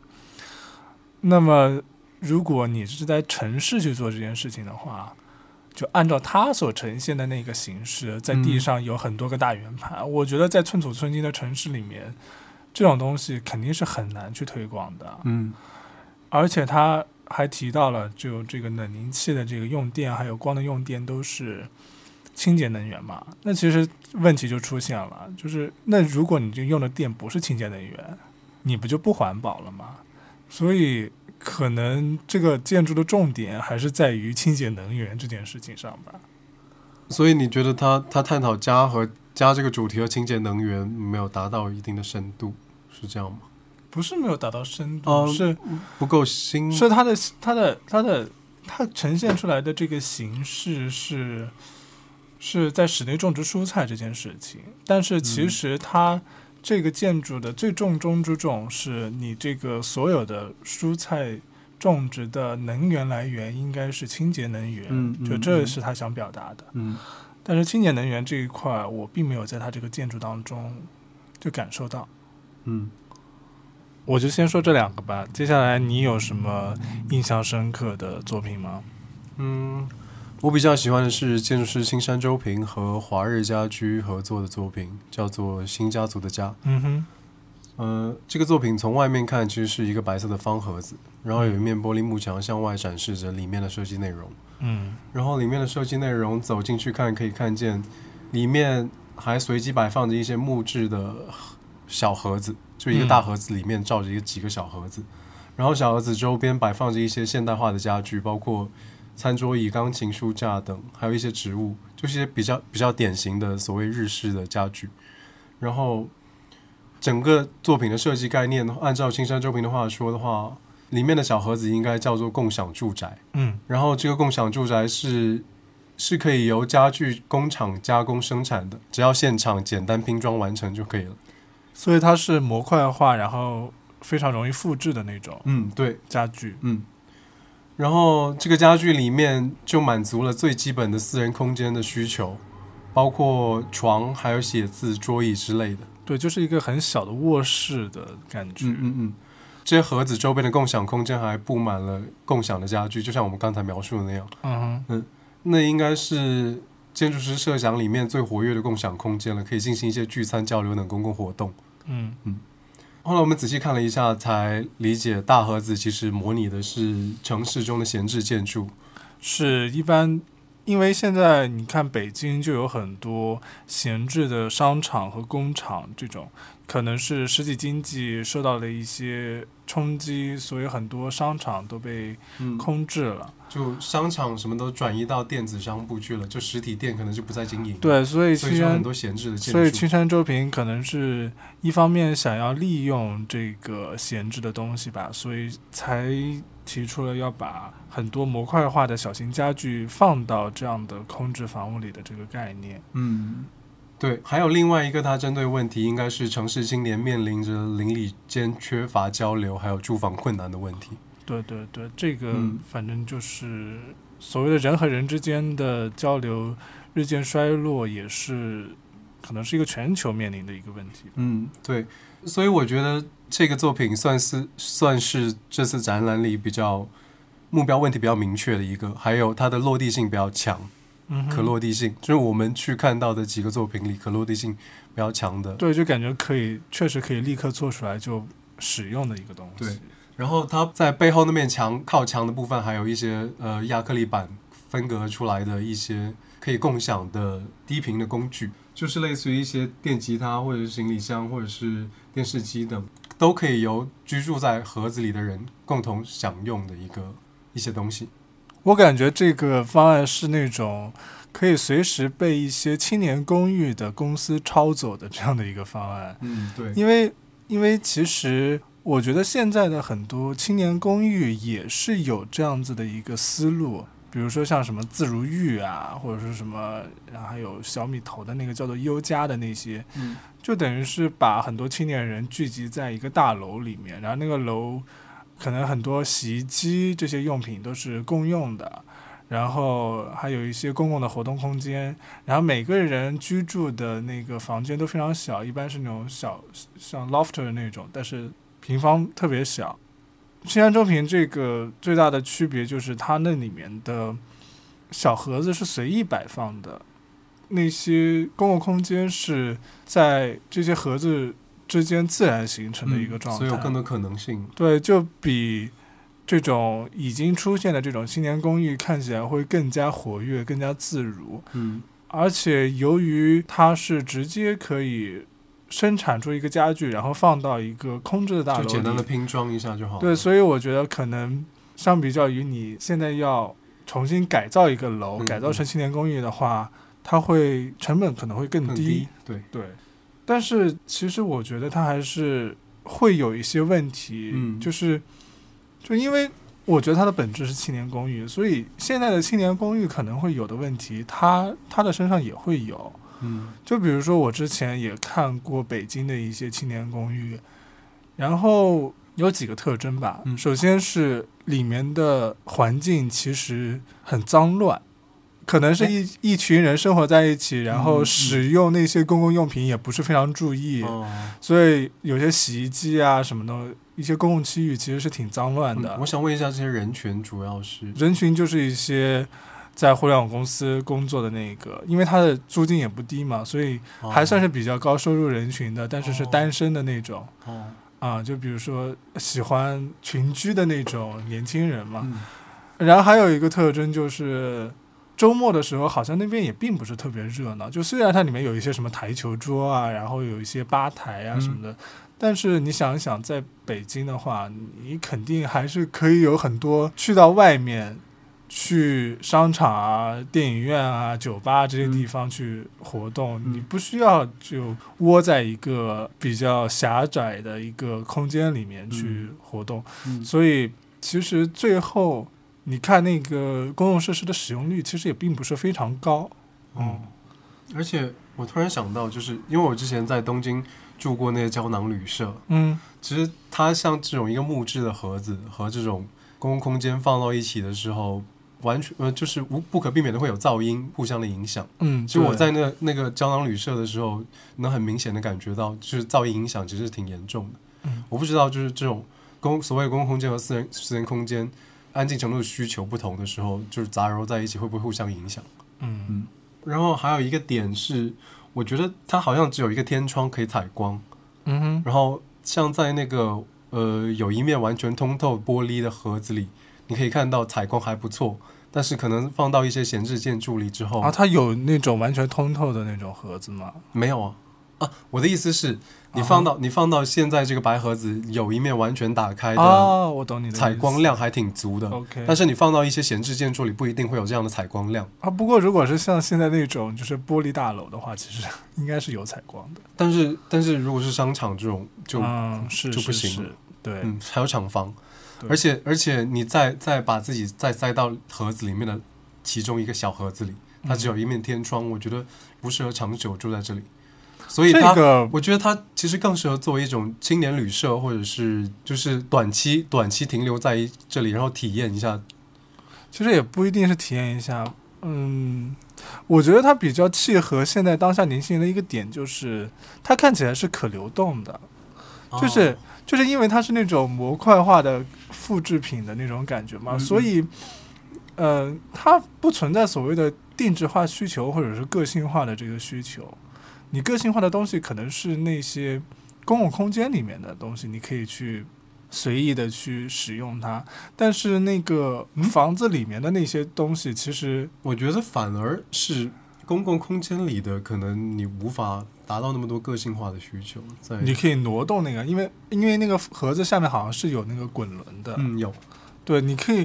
Speaker 1: 那么，如果你是在城市去做这件事情的话，就按照它所呈现的那个形式，在地
Speaker 2: 嗯
Speaker 1: 上有很多个大圆盘。我觉得在寸土寸金的城市里面，这种东西肯定是很难去推广的。
Speaker 2: 嗯
Speaker 1: 而且他还提到了，就这个冷凝器的这个用电，还有光的用电都是清洁能源嘛。那其实问题就出现了，就是那如果你这用的电不是清洁能源，你不就不环保了吗？所以可能这个建筑的重点还是在于清洁能源这件事情上吧。
Speaker 2: 所以你觉得他他探讨家和家这个主题和清洁能源没有达到一定的深度，是这样吗？
Speaker 1: 不是没有达到深度，
Speaker 2: 哦
Speaker 1: 是
Speaker 2: 不够新，
Speaker 1: 是它的它的它的它呈现出来的这个形式是是在室内种植蔬菜这件事情，但是其
Speaker 2: 嗯
Speaker 1: 实它这个建筑的最重中之重是你这个所有的蔬菜种植的能源来源应该是清洁能源，
Speaker 2: 嗯嗯
Speaker 1: 就这
Speaker 2: 嗯
Speaker 1: 是他想表达的。
Speaker 2: 嗯
Speaker 1: 但是清洁能源这一块儿，我并没有在它这个建筑当中就感受到。
Speaker 2: 嗯，
Speaker 1: 我就先说这两个吧。接下来你有什么印象深刻的作品吗？
Speaker 2: 嗯，我比较喜欢的是建筑师青山周平和华日家居合作的作品，叫做《新家族的家》。
Speaker 1: 嗯哼，
Speaker 2: 呃，这个作品从外面看其实是一个白色的方盒子，然后有一面玻璃幕墙向外展示着里面的设计内容。
Speaker 1: 嗯
Speaker 2: 然后里面的设计内容走进去看，可以看见里面还随机摆放着一些木质的小盒子，就一个
Speaker 1: 嗯
Speaker 2: 大盒子里面罩着一个几个小盒子，然后小盒子周边摆放着一些现代化的家具，包括餐桌椅、钢琴、书架等，还有一些植物，就是一些比较比较典型的所谓日式的家具。然后，整个作品的设计概念，按照青山周平的话说的话，里面的小盒子应该叫做共享住宅。
Speaker 1: 嗯
Speaker 2: 然后这个共享住宅是是可以由家具工厂加工生产的，只要现场简单拼装完成就可以了。
Speaker 1: 所以它是模块化，然后非常容易复制的那种
Speaker 2: 嗯，对，
Speaker 1: 家具。
Speaker 2: 嗯。然后这个家具里面就满足了最基本的私人空间的需求，包括床、还有写字、桌椅之类的。
Speaker 1: 对，就是一个很小的卧室的感觉。
Speaker 2: 嗯嗯嗯。这些盒子周边的共享空间还布满了共享的家具，就像我们刚才描述的那样。
Speaker 1: 嗯哼
Speaker 2: 那应该是建筑师设想里面最活跃的共享空间了，可以进行一些聚餐、交流等公共活动。
Speaker 1: 嗯
Speaker 2: 后来我们仔细看了一下，才理解大盒子其实模拟的是城市中的闲置建筑。
Speaker 1: 是一般，因为现在你看北京就有很多闲置的商场和工厂，这种可能是实体经济受到了一些冲击，所以很多商场都被
Speaker 2: 嗯
Speaker 1: 空置了。
Speaker 2: 就商场什么都转移到电子商务去了，就实体店可能就不再经营。，
Speaker 1: 对，所以
Speaker 2: 所
Speaker 1: 青
Speaker 2: 以说
Speaker 1: 山
Speaker 2: 很多闲置的建
Speaker 1: 所以
Speaker 2: 筑。
Speaker 1: 青山周平可能是一方面想要利用这个闲置的东西吧，所以才提出了要把很多模块化的小型家具放到这样的空置房屋里的这个概念。
Speaker 2: 嗯，对。还有另外一个，它针对问题应该是城市青年面临着邻里间缺乏交流，还有住房困难的问题。
Speaker 1: 对对对，这个
Speaker 2: 嗯
Speaker 1: 反正就是所谓的人和人之间的交流日渐衰落，也是可能是一个全球面临的一个问题。
Speaker 2: 嗯，对，所以我觉得这个作品算是算是这次展览里比较目标问题比较明确的一个，还有它的落地性比较强，
Speaker 1: 嗯哼，
Speaker 2: 可落地性、就是我们去看到的几个作品里可落地性比较强的。
Speaker 1: 对，就感觉可以，确实可以立刻做出来就使用的一个东西。
Speaker 2: 对然后它在背后那面墙靠墙的部分，还有一些呃亚克力板分隔出来的一些可以共享的低频的工具，就是类似于一些电吉他或者是行李箱或者是电视机等，都可以由居住在盒子里的人共同享用的一个一些东西。
Speaker 1: 我感觉这个方案是那种可以随时被一些青年公寓的公司抄走的这样的一个方案，
Speaker 2: 嗯，对
Speaker 1: 因为因为其实我觉得现在的很多青年公寓也是有这样子的一个思路。比如说像什么自如寓啊，或者是什么，然后还有小米投的那个叫做优家的那些，
Speaker 2: 嗯
Speaker 1: 就等于是把很多青年人聚集在一个大楼里面，然后那个楼可能很多洗衣机这些用品都是共用的，然后还有一些公共的活动空间，然后每个人居住的那个房间都非常小，一般是那种小像 loft 的那种，但是平方特别小。西安中平这个最大的区别就是它那里面的小盒子是随意摆放的，那些公共空间是在这些盒子之间自然形成的一个状态，
Speaker 2: 嗯所以有更多可能性。
Speaker 1: 对，就比这种已经出现的这种青年公寓看起来会更加活跃、更加自如，
Speaker 2: 嗯
Speaker 1: 而且由于它是直接可以生产出一个家具，然后放到一个空置的大
Speaker 2: 就
Speaker 1: 楼
Speaker 2: 简单的
Speaker 1: 里，
Speaker 2: 拼装一下就好了。
Speaker 1: 对，所以我觉得可能相比较于你现在要重新改造一个楼，
Speaker 2: 嗯
Speaker 1: 改造成青年公寓的话，它会成本可能会
Speaker 2: 更
Speaker 1: 低
Speaker 2: 低。对，
Speaker 1: 对，但是其实我觉得它还是会有一些问题，
Speaker 2: 嗯
Speaker 1: 就是就因为我觉得它的本质是青年公寓，所以现在的青年公寓可能会有的问题，它它的身上也会有。
Speaker 2: 嗯
Speaker 1: 就比如说我之前也看过北京的一些青年公寓，然后有几个特征吧，
Speaker 2: 嗯
Speaker 1: 首先是里面的环境其实很脏乱。可能是一一群人生活在一起，然
Speaker 2: 哎嗯
Speaker 1: 后
Speaker 2: 嗯
Speaker 1: 使用那些公共用品也不是非常注意，
Speaker 2: 哦，
Speaker 1: 所以有些洗衣机啊什么的，一些公共区域其实是挺脏乱的。
Speaker 2: 嗯我想问一下，这些人群主要是
Speaker 1: 人群就是一些在互联网公司工作的那个，因为他的租金也不低嘛，所以还算
Speaker 2: 是
Speaker 1: 是比较高收入人群的，但是是
Speaker 2: 哦
Speaker 1: 单身的那种
Speaker 2: 哦，
Speaker 1: 啊、就比如说喜欢群居的那种年轻人嘛。
Speaker 2: 嗯
Speaker 1: 然后还有一个特征就是，周末的时候好像那边也并不是特别热闹。就虽然它里面有一些什么台球桌啊，然后有一些吧台啊
Speaker 2: 嗯
Speaker 1: 什么的，但是你想一想，在北京的话，你肯定还是可以有很多去到外面去商场啊、电影院啊、酒吧这些地方去活动，
Speaker 2: 嗯
Speaker 1: 你不需要就窝在一个比较狭窄的一个空间里面去活动。
Speaker 2: 嗯
Speaker 1: 所以其实最后你看那个公共设施的使用率，其实也并不是非常高。
Speaker 2: 嗯，而且我突然想到，就是因为我之前在东京住过那个胶囊旅社，
Speaker 1: 嗯
Speaker 2: 其实它像这种一个木质的盒子和这种公共空间放到一起的时候，完全呃就是无不可避免的会有噪音互相的影响。
Speaker 1: 嗯，
Speaker 2: 就我
Speaker 1: 对
Speaker 2: 在那那个胶囊旅社的时候，能很明显的感觉到，就是噪音影响其实挺严重的。
Speaker 1: 嗯
Speaker 2: 我不知道就是这种公所谓公共空间和私人私人空间安静程度的需求不同的时候，就是杂糅在一起会不会互相影响？
Speaker 1: 嗯
Speaker 2: 然后还有一个点是，我觉得它好像只有一个天窗可以采光，
Speaker 1: 嗯哼
Speaker 2: 然后像在那个呃有一面完全通透玻璃的盒子里，你可以看到采光还不错，但是可能放到一些闲置建筑里之后，
Speaker 1: 啊，它有那种完全通透的那种盒子吗？
Speaker 2: 没有啊啊！我的意思是，你
Speaker 1: 啊
Speaker 2: 放到、你放到现在这个白盒子，有一面完全打开的，
Speaker 1: 啊，我懂你的
Speaker 2: 采光量
Speaker 1: 意
Speaker 2: 还挺足的
Speaker 1: 思。。OK，
Speaker 2: 但是你放到一些闲置建筑里，不一定会有这样的采光量。
Speaker 1: 啊，不过如果是像现在那种就是玻璃大楼的话，其实应该是有采光的。
Speaker 2: 但是，但是如果是商场这种，就
Speaker 1: 嗯是
Speaker 2: 就
Speaker 1: 是
Speaker 2: 不行
Speaker 1: 是对，
Speaker 2: 嗯，还有厂房，
Speaker 1: 对
Speaker 2: 而且而且你再再把自己再塞到盒子里面的其中一个小盒子里，它
Speaker 1: 嗯
Speaker 2: 只有一面天窗，我觉得不适合长久住在这里。所以
Speaker 1: 这
Speaker 2: 它，
Speaker 1: 个
Speaker 2: 我觉得它其实更适合作为一种青年旅社，或者是就是短期短期停留在这里，然后体验一下。
Speaker 1: 其实也不一定是体验一下，嗯，我觉得它比较契合现在当下年轻人的一个点，就是它看起来是可流动的，就是、
Speaker 2: 哦
Speaker 1: 就是因为它是那种模块化的复制品的那种感觉嘛，
Speaker 2: 嗯嗯嗯
Speaker 1: 所以，呃，它不存在所谓的定制化需求或者是个性化的这个需求。你个性化的东西可能是那些公共空间里面的东西，你可以去随意的去使用它，但是那个房子里面的那些东西，其实
Speaker 2: 我觉得反而是公共空间里的，可能你无法达到那么多个性化的需求。在
Speaker 1: 你可以挪动那个，因为因为那个盒子下面好像是有那个滚轮的，
Speaker 2: 嗯有
Speaker 1: 对，你可以，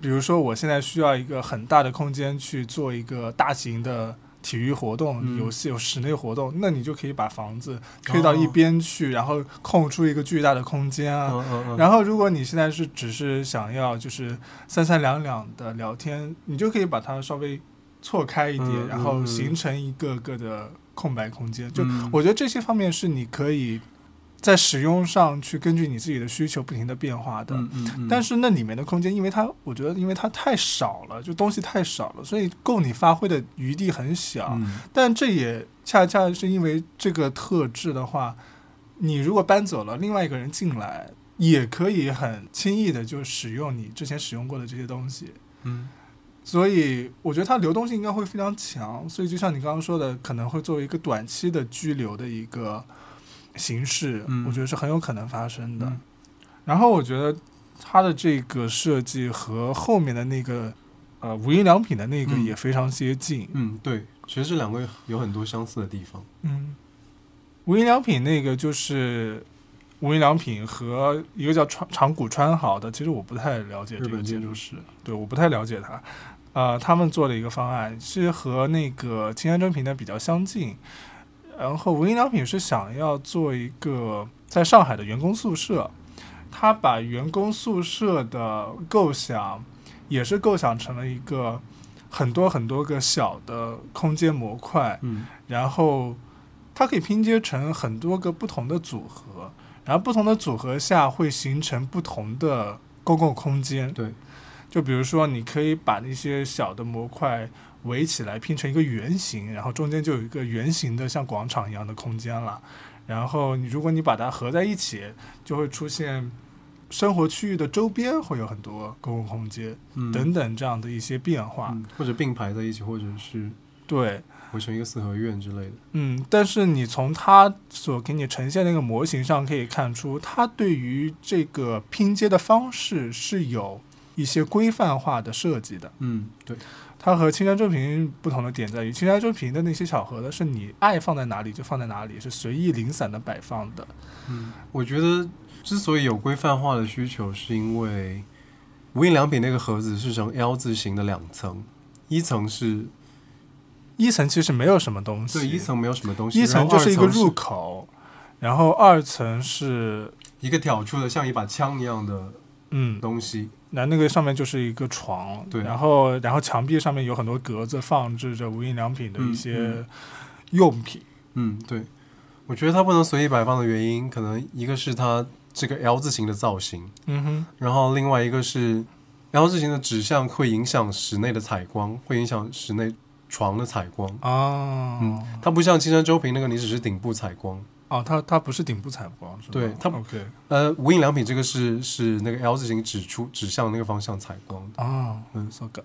Speaker 1: 比如说我现在需要一个很大的空间去做一个大型的体育活动、
Speaker 2: 嗯
Speaker 1: 有戏有室内活动，那你就可以把房子推
Speaker 2: 哦
Speaker 1: 到一边去，然后空出一个巨大的空间啊。
Speaker 2: 嗯嗯嗯，
Speaker 1: 然后，如果你现在是只是想要就是三三两两的聊天，你就可以把它稍微错开一点，
Speaker 2: 嗯
Speaker 1: 然
Speaker 2: 嗯
Speaker 1: 后
Speaker 2: 嗯
Speaker 1: 形成一个个的空白空间。就
Speaker 2: 嗯
Speaker 1: 我觉得这些方面是你可以在使用上去根据你自己的需求不停的变化的。
Speaker 2: 嗯嗯嗯，
Speaker 1: 但是那里面的空间，因为它，我觉得因为它太少了，就东西太少了，所以供你发挥的余地很小。
Speaker 2: 嗯
Speaker 1: 但这也恰恰是因为这个特质的话，你如果搬走了，另外一个人进来，也可以很轻易的就使用你之前使用过的这些东西。
Speaker 2: 嗯
Speaker 1: 所以我觉得它流动性应该会非常强。所以就像你刚刚说的，可能会作为一个短期的居留的一个形式，
Speaker 2: 嗯
Speaker 1: 我觉得是很有可能发生的。
Speaker 2: 嗯
Speaker 1: 然后我觉得它的这个设计和后面的那个呃无印良品的那个
Speaker 2: 嗯
Speaker 1: 也非常接近。
Speaker 2: 嗯，对，其实这两个有很多相似的地方。
Speaker 1: 嗯，无印良品那个就是。无印良品和一个叫长长谷川好的，其实我不太了解这
Speaker 2: 日
Speaker 1: 个
Speaker 2: 本
Speaker 1: 建
Speaker 2: 建
Speaker 1: 筑
Speaker 2: 筑
Speaker 1: 师，
Speaker 2: 师，
Speaker 1: 对，我不太了解它。呃，他们做的一个方案是和那个青山真平的比较相近，然后无印良品是想要做一个在上海的员工宿舍，他把员工宿舍的构想也是构想成了一个很多很多个小的空间模块，
Speaker 2: 嗯
Speaker 1: 然后它可以拼接成很多个不同的组合，然后不同的组合下会形成不同的公共空间。
Speaker 2: 对，
Speaker 1: 就比如说你可以把那些小的模块围起来拼成一个圆形，然后中间就有一个圆形的像广场一样的空间了。然后你如果你把它合在一起，就会出现生活区域的周边会有很多公共空间、
Speaker 2: 嗯
Speaker 1: 等等这样的一些变化。
Speaker 2: 嗯，或者并排在一起，或者是
Speaker 1: 对，
Speaker 2: 围成一个四合院之类的。
Speaker 1: 嗯，但是你从它所给你呈现的那个模型上可以看出，它对于这个拼接的方式是有一些规范化的设计的。
Speaker 2: 嗯，对，
Speaker 1: 它和青山正平不同的点在于，青山正平的那些小盒子是你爱放在哪里就放在哪里，是随意零散的摆放的。
Speaker 2: 嗯，我觉得之所以有规范化的需求，是因为无印良品那个盒子是呈 L 字形的两层，一层是
Speaker 1: 呃一层其实没有什么东西，
Speaker 2: 对一层没有什么东西，
Speaker 1: 一层就是一个
Speaker 2: 然后二
Speaker 1: 入口，然后二层是
Speaker 2: 一个挑出的像一把枪一样的
Speaker 1: 嗯，
Speaker 2: 东西，
Speaker 1: 那那个上面就是一个床，
Speaker 2: 对
Speaker 1: 然后然后墙壁上面有很多格子，放置着无印良品的一
Speaker 2: 嗯
Speaker 1: 些
Speaker 2: 嗯
Speaker 1: 用品。
Speaker 2: 嗯，对，我觉得它不能随意摆放的原因，可能一个是它这个 L 字形的造型，
Speaker 1: 嗯哼，
Speaker 2: 然后另外一个是 L 字形的指向会影响室内的采光，会影响室内床的采光。
Speaker 1: 哦，
Speaker 2: 嗯，它不像青山周平那个，你只是顶部采光。
Speaker 1: 哦，它它不是顶部采光，是吧
Speaker 2: 对它
Speaker 1: OK
Speaker 2: 呃，无印良品这个是是那个 L 字形指出指向那个方向采光的。
Speaker 1: 哦，嗯
Speaker 2: 嗯
Speaker 1: ，so good。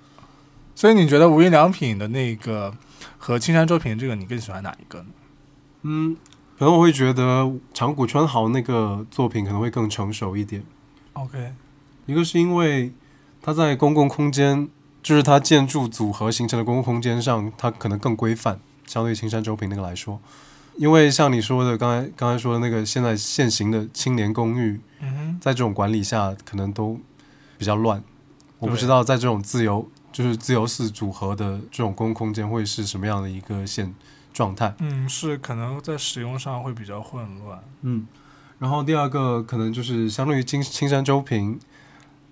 Speaker 1: 所以你觉得无印良品的那个和青山周平这个，你更喜欢哪一个呢？
Speaker 2: 嗯，可能我会觉得长谷川豪那个作品可能会更成熟一点。
Speaker 1: OK，
Speaker 2: 一个是因为它在公共空间，就是它建筑组合形成的公共空间上，它可能更规范，相对于青山周平那个来说。因为像你说的，刚才刚才说的那个现在现行的青年公寓，
Speaker 1: 嗯哼，
Speaker 2: 在这种管理下，可能都比较乱。我不
Speaker 1: 对
Speaker 2: 知道在这种自由就是自由式组合的这种公共空间会是什么样的一个现状态。
Speaker 1: 嗯，是可能在使用上会比较混乱。
Speaker 2: 嗯，然后第二个可能就是相对于青青山周平，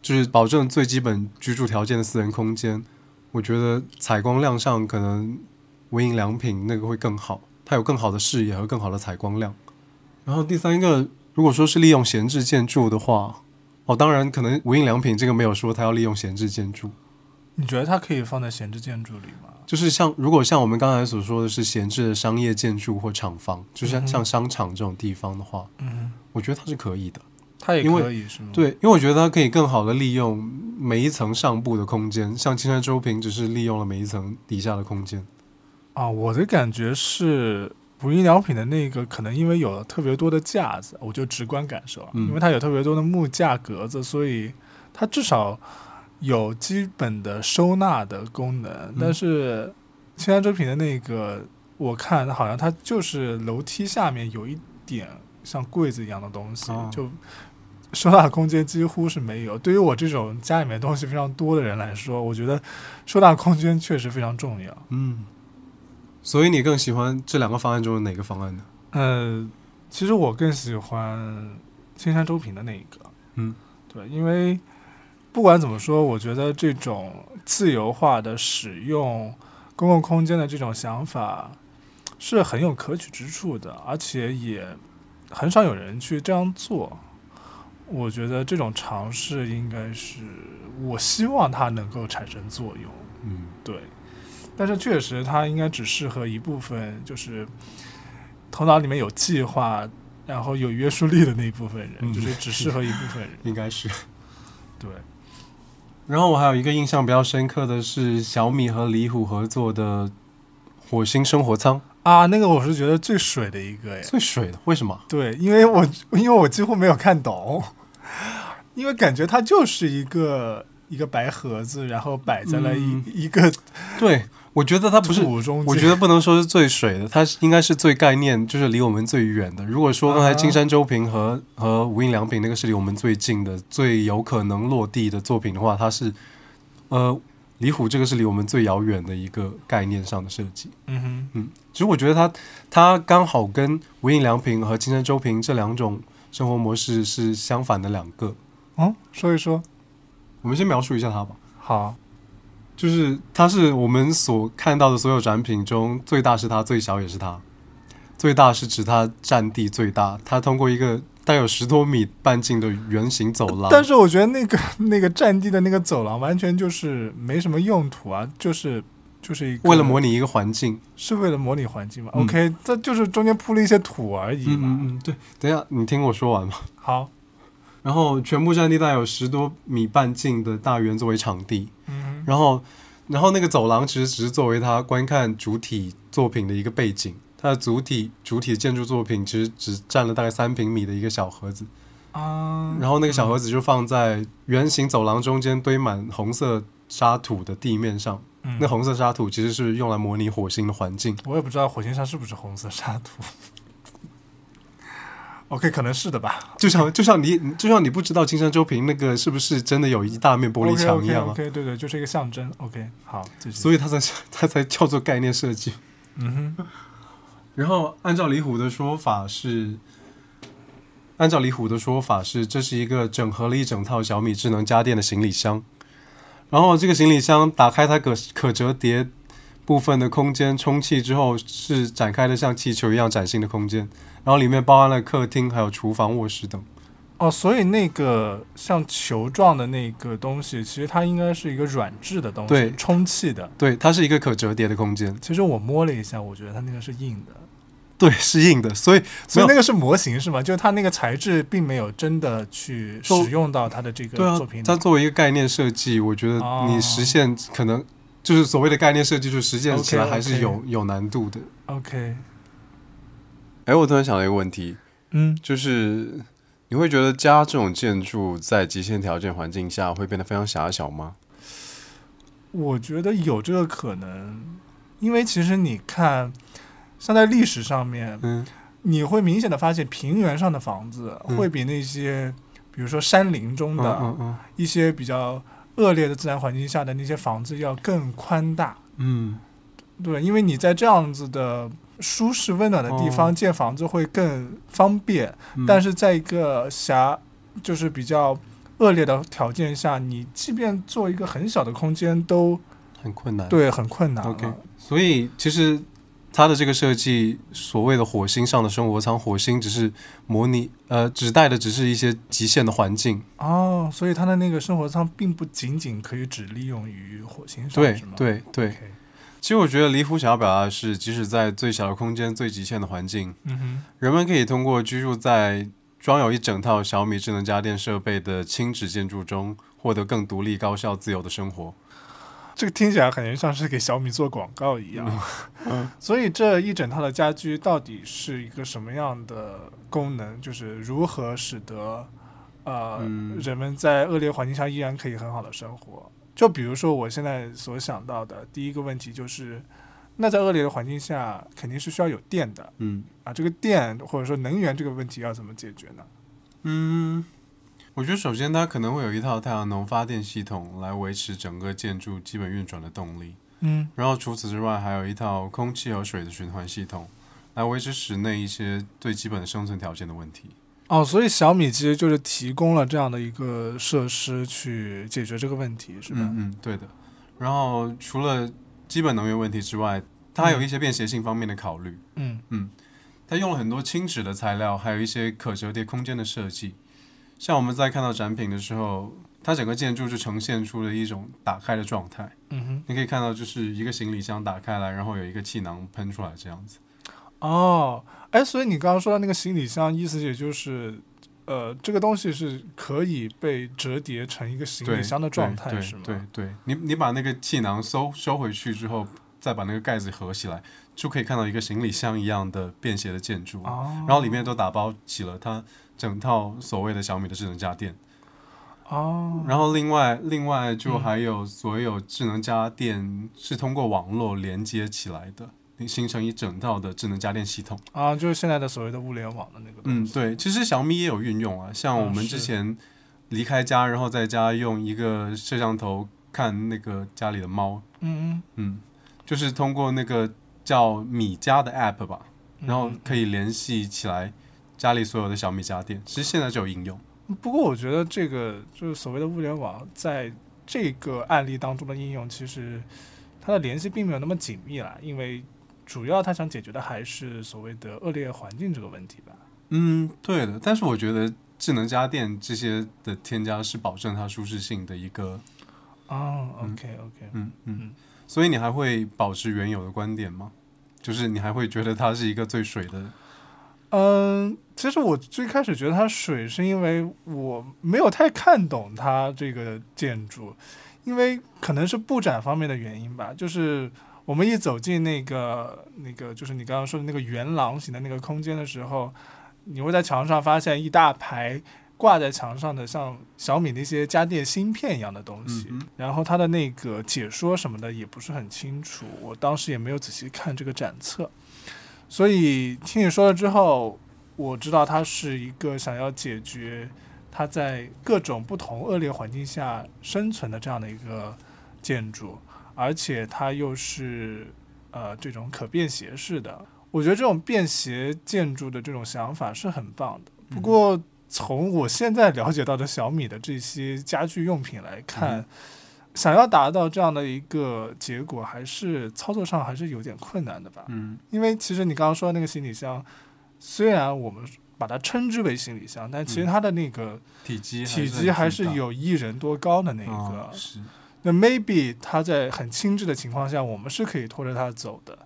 Speaker 2: 就是保证最基本居住条件的私人空间，我觉得采光量上可能无印良品那个会更好，它有更好的视野和更好的采光量。然后第三个，如果说是利用闲置建筑的话，哦，当然可能无印良品这个没有说它要利用闲置建筑，
Speaker 1: 你觉得它可以放在闲置建筑里吗？
Speaker 2: 就是像如果像我们刚才所说的是闲置的商业建筑或厂房，就
Speaker 1: 嗯
Speaker 2: 像
Speaker 1: 哼
Speaker 2: 像商场这种地方的话，
Speaker 1: 嗯，
Speaker 2: 我觉得它是可以的。
Speaker 1: 它也
Speaker 2: 因为
Speaker 1: 可以是吗？
Speaker 2: 对，因为我觉得它可以更好的利用每一层上部的空间，像青山周平只是利用了每一层底下的空间。
Speaker 1: 啊，我的感觉是，无印良品的那个可能因为有了特别多的架子，我就直观感受啊，
Speaker 2: 嗯
Speaker 1: 因为它有特别多的木架格子，所以它至少有基本的收纳的功能。但
Speaker 2: 嗯
Speaker 1: 是青山周平的那个，我看好像它就是楼梯下面有一点像柜子一样的东西，
Speaker 2: 哦
Speaker 1: 就。收纳空间几乎是没有。对于我这种家里面东西非常多的人来说，我觉得收纳空间确实非常重要。
Speaker 2: 嗯，所以你更喜欢这两个方案中的哪个方案呢？
Speaker 1: 呃，其实我更喜欢青山周平的那一个。
Speaker 2: 嗯，
Speaker 1: 对，因为不管怎么说，我觉得这种自由化的使用公共空间的这种想法是很有可取之处的，而且也很少有人去这样做。我觉得这种尝试应该是我希望它能够产生作用。
Speaker 2: 嗯
Speaker 1: 对，但是确实它应该只适合一部分，就是头脑里面有计划，然后有约束力的那一部分人，
Speaker 2: 嗯。
Speaker 1: 就是只适合一部分人
Speaker 2: 应该是。
Speaker 1: 对，
Speaker 2: 然后我还有一个印象比较深刻的是小米和李虎合作的火星生活舱，
Speaker 1: 啊，那个我是觉得最水的一个耶。
Speaker 2: 最水的，为什么？
Speaker 1: 对，因为我因为我几乎没有看懂， 因为感觉它就是一个一个白盒子，然后摆在了一、
Speaker 2: 嗯
Speaker 1: 一个
Speaker 2: 对，我觉得它不是
Speaker 1: 土中间。
Speaker 2: 我觉得不能说是最水的，它是应该是最概念，就是离我们最远的。如果说刚才金山周平和、和无印良品那个是离我们最近的、最有可能落地的作品的话，它是呃李虎这个是离我们最遥远的一个概念上的设计。
Speaker 1: 嗯哼，
Speaker 2: 其实我觉得它它刚好跟无印良品和金山周平这两种生活模式是相反的两个。
Speaker 1: 嗯，说一说，
Speaker 2: 我们先描述一下它吧。
Speaker 1: 好，
Speaker 2: 就是它是我们所看到的所有展品中最大是它，最小也是它。最大是指它占地最大，它通过一个大概有十多米半径的圆形走廊，
Speaker 1: 但是我觉得那个 那个占地的那个走廊完全就是没什么用途啊，就是就是一个
Speaker 2: 为了模拟一个环境。
Speaker 1: 是为了模拟环境嘛、
Speaker 2: 嗯
Speaker 1: o k 它就是中间铺了一些土而已
Speaker 2: 嗯
Speaker 1: 嘛。
Speaker 2: 嗯嗯，对。等一下，你听我说完嘛。
Speaker 1: 好，
Speaker 2: 然后全部占地大概有十多米半径的大圆作为场地，
Speaker 1: 嗯
Speaker 2: 然后然后那个走廊其实只是作为它观看主体作品的一个背景。它的主体主体建筑作品其实只占了大概三平米的一个小盒子，
Speaker 1: 啊，
Speaker 2: 然后那个小盒子就放在圆形走廊中间堆满红色沙土的地面上。
Speaker 1: 嗯、
Speaker 2: 那红色沙土其实是用来模拟火星的环境。
Speaker 1: 我也不知道火星上是不是红色沙土。 OK，可能是的吧。
Speaker 3: 就像就像你就像你不知道金山周平那个是不是真的有一大面玻璃墙一样啊
Speaker 1: o k o k 对对，就是一个象征。OK，好，继续。
Speaker 3: 所以它 才它才叫做概念设计。
Speaker 1: 嗯哼，
Speaker 3: 然后按照李虎的说法是，按照李虎的说法是，这是一个整合了一整套小米智能家电的行李箱。然后这个行李箱打开它可可折叠部分的空间充气之后，是展开的像气球一样崭新的空间。然后里面包含了客厅、还有厨房、卧室等。
Speaker 1: 哦，所以那个像球状的那个东西，其实它应该是一个软质的东西，
Speaker 3: 对
Speaker 1: 充气的。
Speaker 3: 对，它是一个可折叠的空间。
Speaker 1: 其实我摸了一下，我觉得它那个是硬的，
Speaker 3: 对，是硬的，所以
Speaker 1: 所以
Speaker 3: 没
Speaker 1: 那个是模型是吗？就是它那个材质并没有真的去使用到它的这
Speaker 3: 对
Speaker 1: 个
Speaker 3: 啊
Speaker 1: 作品，里。
Speaker 3: 它作为一个概念设计，我觉得
Speaker 1: 哦
Speaker 3: 你实现可能就是所谓的概念设计，就是实现起来
Speaker 1: 哦 OK，OK
Speaker 3: 还是有有难度的。
Speaker 1: OK，
Speaker 2: 哎，我突然想到一个问题，
Speaker 1: 嗯，
Speaker 2: 就是你会觉得家这种建筑在极限条件环境下会变得非常狭小吗？
Speaker 1: 我觉得有这个可能，因为其实你看，像在历史上面，
Speaker 3: 嗯，
Speaker 1: 你会明显的发现，平原上的房子
Speaker 3: 嗯
Speaker 1: 会比那些，比如说山林中
Speaker 3: 嗯
Speaker 1: 的
Speaker 3: 嗯嗯
Speaker 1: 一些比较恶劣的自然环境下的那些房子要更宽大。
Speaker 3: 嗯，
Speaker 1: 对，因为你在这样子的舒适温暖的地
Speaker 3: 哦
Speaker 1: 方建房子会更方便，
Speaker 3: 嗯
Speaker 1: 但是在一个狭，就是比较恶劣的条件下，你即便做一个很小的空间都
Speaker 3: 很困难。，
Speaker 1: 对很困难了。
Speaker 3: 哎 OK 所以其实它的这个设计，所谓的火星上的生活舱，火星只是模拟，呃，指代的只是一些极限的环境。
Speaker 1: 哦，所以它的那个生活舱并不仅仅可以只利用于火星上，
Speaker 3: 对
Speaker 1: 是吗？
Speaker 3: 对对。
Speaker 1: OK，
Speaker 2: 其实我觉得李虎想要表
Speaker 3: 啊
Speaker 2: 达的是，即使在最小的空间、最极限的环境，
Speaker 1: 嗯哼，
Speaker 2: 人们可以通过居住在装有一整套小米智能家电设备的轻质建筑中，获得更独立、高效、自由的生活。
Speaker 1: 这个听起来感觉像是给小米做广告一样。
Speaker 2: 嗯
Speaker 1: 所以这一整套的家居到底是一个什么样的功能？就是如何使得呃、
Speaker 2: 嗯
Speaker 1: 人们在恶劣环境下依然可以很好的生活？就比如说我现在所想到的第一个问题就是，那在恶劣的环境下肯定是需要有电的
Speaker 3: 嗯
Speaker 1: 啊，这个电或者说能源这个问题要怎么解决呢？
Speaker 3: 嗯
Speaker 2: 我觉得首先它可能会有一套太阳能发电系统来维持整个建筑基本运转的动力，
Speaker 1: 嗯
Speaker 2: 然后除此之外还有一套空气和水的循环系统，来维持室内一些最基本的生存条件的问题。
Speaker 1: 哦，所以小米其实就是提供了这样的一个设施去解决这个问题，是吧？
Speaker 2: 嗯嗯，对的。然后除了基本能源问题之外，它还有一些便携性方面的考虑。
Speaker 1: 嗯
Speaker 2: 它用了很多轻质的材料，还有一些可折叠空间的设计。像我们在看到展品的时候，它整个建筑就呈现出了一种打开的状态。
Speaker 1: 嗯哼。
Speaker 2: 你可以看到，就是一个行李箱打开来，然后有一个气囊喷出来这样子。
Speaker 1: 哦，哎，所以你刚刚说到那个行李箱，意思也就是，呃，这个东西是可以被折叠成一个行
Speaker 2: 对
Speaker 1: 李箱的状态，
Speaker 2: 对
Speaker 1: 是吗？
Speaker 2: 对对，你你把那个气囊收收回去之后，再把那个盖子合起来，就可以看到一个行李箱一样的便携的建筑。
Speaker 1: 哦，
Speaker 2: 然后里面都打包起了它整套所谓的小米的智能家电。
Speaker 1: 哦，
Speaker 2: 然后另外另外就还有所有智能家电是通过网络连接起来的，形成一整套的智能家电系统。
Speaker 1: 啊，就是现在的所谓的物联网的那个东
Speaker 2: 嗯，
Speaker 1: 西。
Speaker 2: 对，其实小米也有运用啊，像我
Speaker 1: 啊
Speaker 2: 们
Speaker 1: 是
Speaker 2: 之前离开家，然后在家用一个摄像头看那个家里的猫，
Speaker 1: 嗯
Speaker 2: 嗯，就是通过那个叫米家的 app 吧，
Speaker 1: 嗯，
Speaker 2: 然后
Speaker 1: 嗯
Speaker 2: 可以联系起来家里所有的小米家电，其实现在就有应用。
Speaker 1: 不过我觉得这个就是所谓的物联网，在这个案例当中的应用，其实它的联系并没有那么紧密啦，因为主要它想解决的还是所谓的恶劣环境这个问题吧。
Speaker 2: 嗯，对的。但是我觉得智能家电这些的添加是保证它舒适性的一个，
Speaker 1: 哦
Speaker 2: 嗯
Speaker 1: ，OK OK，
Speaker 2: 嗯嗯
Speaker 1: 嗯。
Speaker 2: 所以你还会保持原有的观点吗？就是你还会觉得它是一个最水的？
Speaker 1: 嗯，其实我最开始觉得它水，是因为我没有太看懂它这个建筑，因为可能是布展方面的原因吧。就是我们一走进那个那个，就是你刚刚说的那个圆廊型的那个空间的时候，你会在墙上发现一大排挂在墙上的像小米那些家电芯片一样的东西，
Speaker 2: 嗯哼
Speaker 1: 然后它的那个解说什么的也不是很清楚，我当时也没有仔细看这个展册，所以听你说了之后，我知道他是一个想要解决他在各种不同恶劣环境下生存的这样的一个建筑，而且它又是呃这种可便携式的。我觉得这种便携建筑的这种想法是很棒的。不过从我现在了解到的小米的这些家居用品来看，
Speaker 4: 嗯
Speaker 1: 想要达到这样的一个结果，还是操作上还是有点困难的吧。
Speaker 2: 嗯
Speaker 1: 因为其实你刚刚说的那个行李箱，虽然我们把它称之为行李箱，但其实它的那个
Speaker 2: 体积
Speaker 1: 体积还是
Speaker 2: 很巨大
Speaker 1: 有一人多高的那一个
Speaker 2: 啊。是
Speaker 1: 那 maybe 它在很轻质的情况下，我们是可以拖着它走的，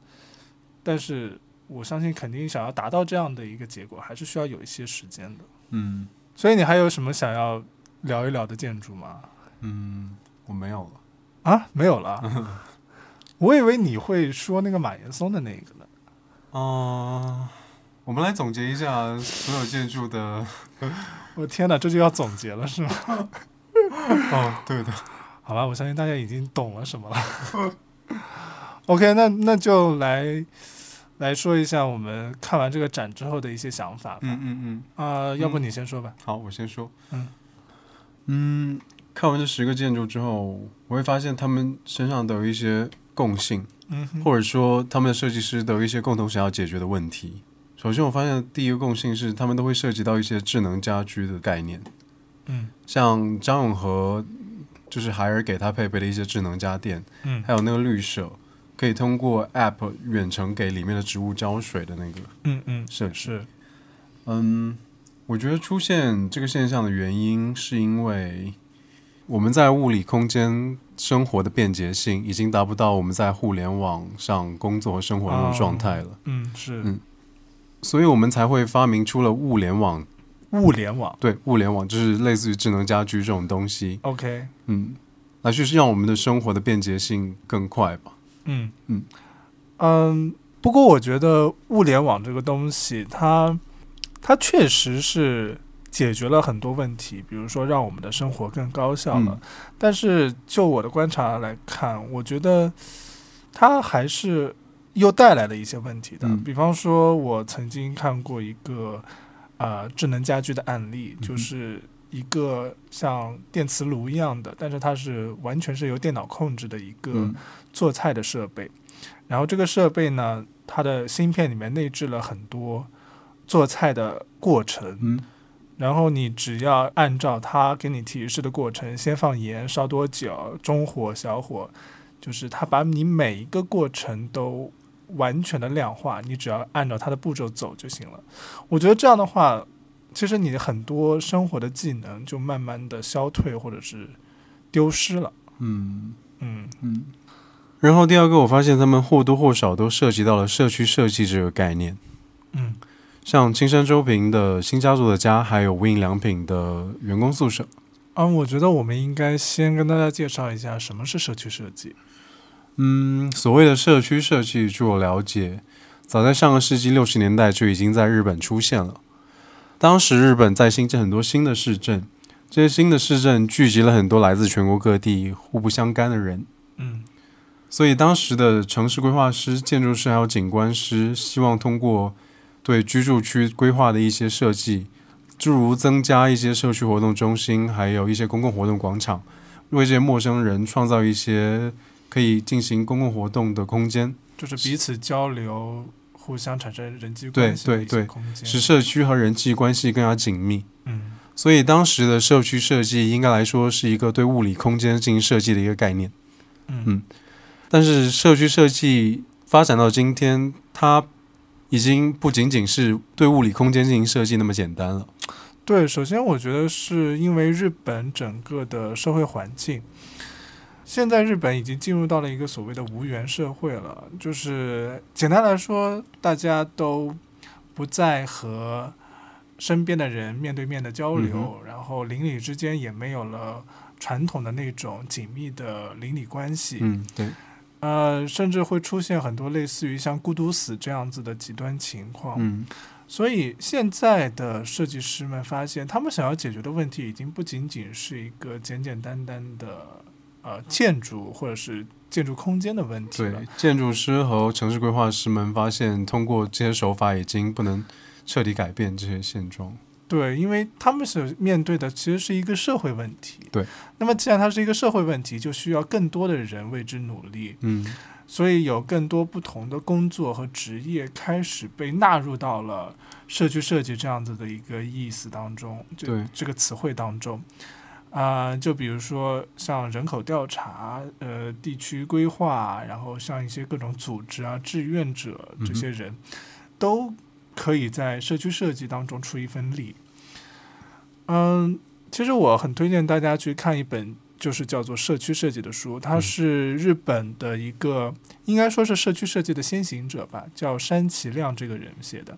Speaker 1: 但是我相信肯定想要达到这样的一个结果，还是需要有一些时间的。
Speaker 2: 嗯
Speaker 1: 所以你还有什么想要聊一聊的建筑吗？
Speaker 2: 嗯，我没有了。
Speaker 1: 啊，没有了。 我以为你会说那个马岩松的那个呢。
Speaker 2: 哦、我们来总结一下所有建筑的。
Speaker 1: 我天哪，这就要总结了是吗？
Speaker 2: 哦，对的，
Speaker 1: 好吧，我相信大家已经懂了什么了。OK，那那就来来说一下我们看完这个展之后的一些想法吧。
Speaker 2: 嗯嗯嗯，
Speaker 1: 啊、要不你先说吧。
Speaker 2: 好，我先说。
Speaker 1: 嗯
Speaker 2: 嗯看完这十个建筑之后，我会发现他们身上都有一些共性。
Speaker 1: 嗯哼，
Speaker 2: 或者说他们的设计师都有一些共同想要解决的问题。首先，我发现的第一个共性是他们都会涉及到一些智能家居的概念，
Speaker 1: 嗯
Speaker 2: 像张永和就是海尔给他配备的一些智能家电，
Speaker 1: 嗯
Speaker 2: 还有那个绿舍，可以通过 App 远程给里面的植物浇水的那个
Speaker 1: 嗯嗯，
Speaker 2: 设计。
Speaker 1: 是，
Speaker 2: 嗯，我觉得出现这个现象的原因是因为我们在物理空间生活的便捷性已经达不到我们在互联网上工作和生活的那种状态了，
Speaker 1: 嗯是
Speaker 2: 嗯所以我们才会发明出了物联网。
Speaker 1: 物联网。
Speaker 2: 对，物联网就是类似于智能家居这种东西，
Speaker 1: OK，
Speaker 2: 嗯，来去让我们的生活的便捷性更快吧。
Speaker 1: 嗯
Speaker 2: 嗯
Speaker 1: 嗯，不过我觉得物联网这个东西，它它确实是解决了很多问题，比如说让我们的生活更高效了。
Speaker 2: 嗯
Speaker 1: 但是就我的观察来看，我觉得它还是又带来了一些问题的。
Speaker 2: 嗯
Speaker 1: 比方说，我曾经看过一个呃智能家居的案例，
Speaker 2: 嗯
Speaker 1: 就
Speaker 2: 哼
Speaker 1: 是。一个像电磁炉一样的，但是它是完全是由电脑控制的一个、
Speaker 2: 嗯
Speaker 1: 做菜的设备。然后这个设备呢，它的芯片里面内置了很多做菜的过程，
Speaker 2: 嗯
Speaker 1: 然后你只要按照它给你提示的过程，先放盐，烧多久，中火、小火，就是它把你每一个过程都完全的量化，你只要按照它的步骤走就行了。我觉得这样的话，其实你的很多生活的技能就慢慢的消退或者是丢失了。
Speaker 2: 嗯
Speaker 1: 嗯
Speaker 2: 嗯。然后第二个，我发现他们或多或少都涉及到了社区设计这个概念。
Speaker 1: 嗯
Speaker 2: 像青山周平的新家族的家，还有无印良品的员工宿舍。
Speaker 1: 嗯，我觉得我们应该先跟大家介绍一下什么是社区设计。
Speaker 2: 嗯，所谓的社区设计，据我了解，早在上个世纪六十年代就已经在日本出现了。当时日本在新建很多新的市镇，这些新的市镇聚集了很多来自全国各地、互不相干的人，
Speaker 1: 嗯
Speaker 2: 所以当时的城市规划师、建筑师还有景观师，希望通过对居住区规划的一些设计，诸如增加一些社区活动中心，还有一些公共活动广场，为这些陌生人创造一些可以进行公共活动的空间，
Speaker 1: 就是彼此交流，互相产生人际
Speaker 2: 对
Speaker 1: 关系的
Speaker 2: 对
Speaker 1: 一些
Speaker 2: 对
Speaker 1: 空间。
Speaker 2: 使社区和人际关系更加紧密。
Speaker 1: 嗯
Speaker 2: 所以当时的社区设计应该来说是一个对物理空间进行设计的一个概念。
Speaker 1: 嗯
Speaker 2: 嗯但是社区设计发展到今天，它已经不仅仅是对物理空间进行设计那么简单了。
Speaker 1: 对，首先我觉得是因为日本整个的社会环境，现在日本已经进入到了一个所谓的无缘社会了，就是简单来说，大家都不再和身边的人面对面的交
Speaker 2: 嗯
Speaker 1: 流，然后邻里之间也没有了传统的那种紧密的邻里关系，
Speaker 2: 嗯，对，
Speaker 1: 呃，甚至会出现很多类似于像孤独死这样子的极端情况。
Speaker 2: 嗯
Speaker 1: 所以现在的设计师们发现，他们想要解决的问题已经不仅仅是一个简简单单的呃建筑或者是建筑空间的问
Speaker 2: 嗯
Speaker 1: 题了
Speaker 2: 对。，建筑师和城市规划师们发现，通过这些手法已经不能彻底改变这些现状。
Speaker 1: 对，因为他们所面对的其实是一个社会问题。
Speaker 2: 对，
Speaker 1: 那么既然它是一个社会问题，就需要更多的人为之努力，
Speaker 2: 嗯，
Speaker 1: 所以有更多不同的工作和职业开始被纳入到了社区设计这样子的一个意思当中，这
Speaker 2: 对
Speaker 1: 这个词汇当中。啊、就比如说像人口调查、呃地区规划，然后像一些各种组织啊、志愿者这些人，都可以在社区设计当中出一份力。嗯，其实我很推荐大家去看一本就是叫做《社区设计》的书，它
Speaker 2: 嗯
Speaker 1: 是日本的一个应该说是社区设计的先行者吧，叫山崎亮这个人写的。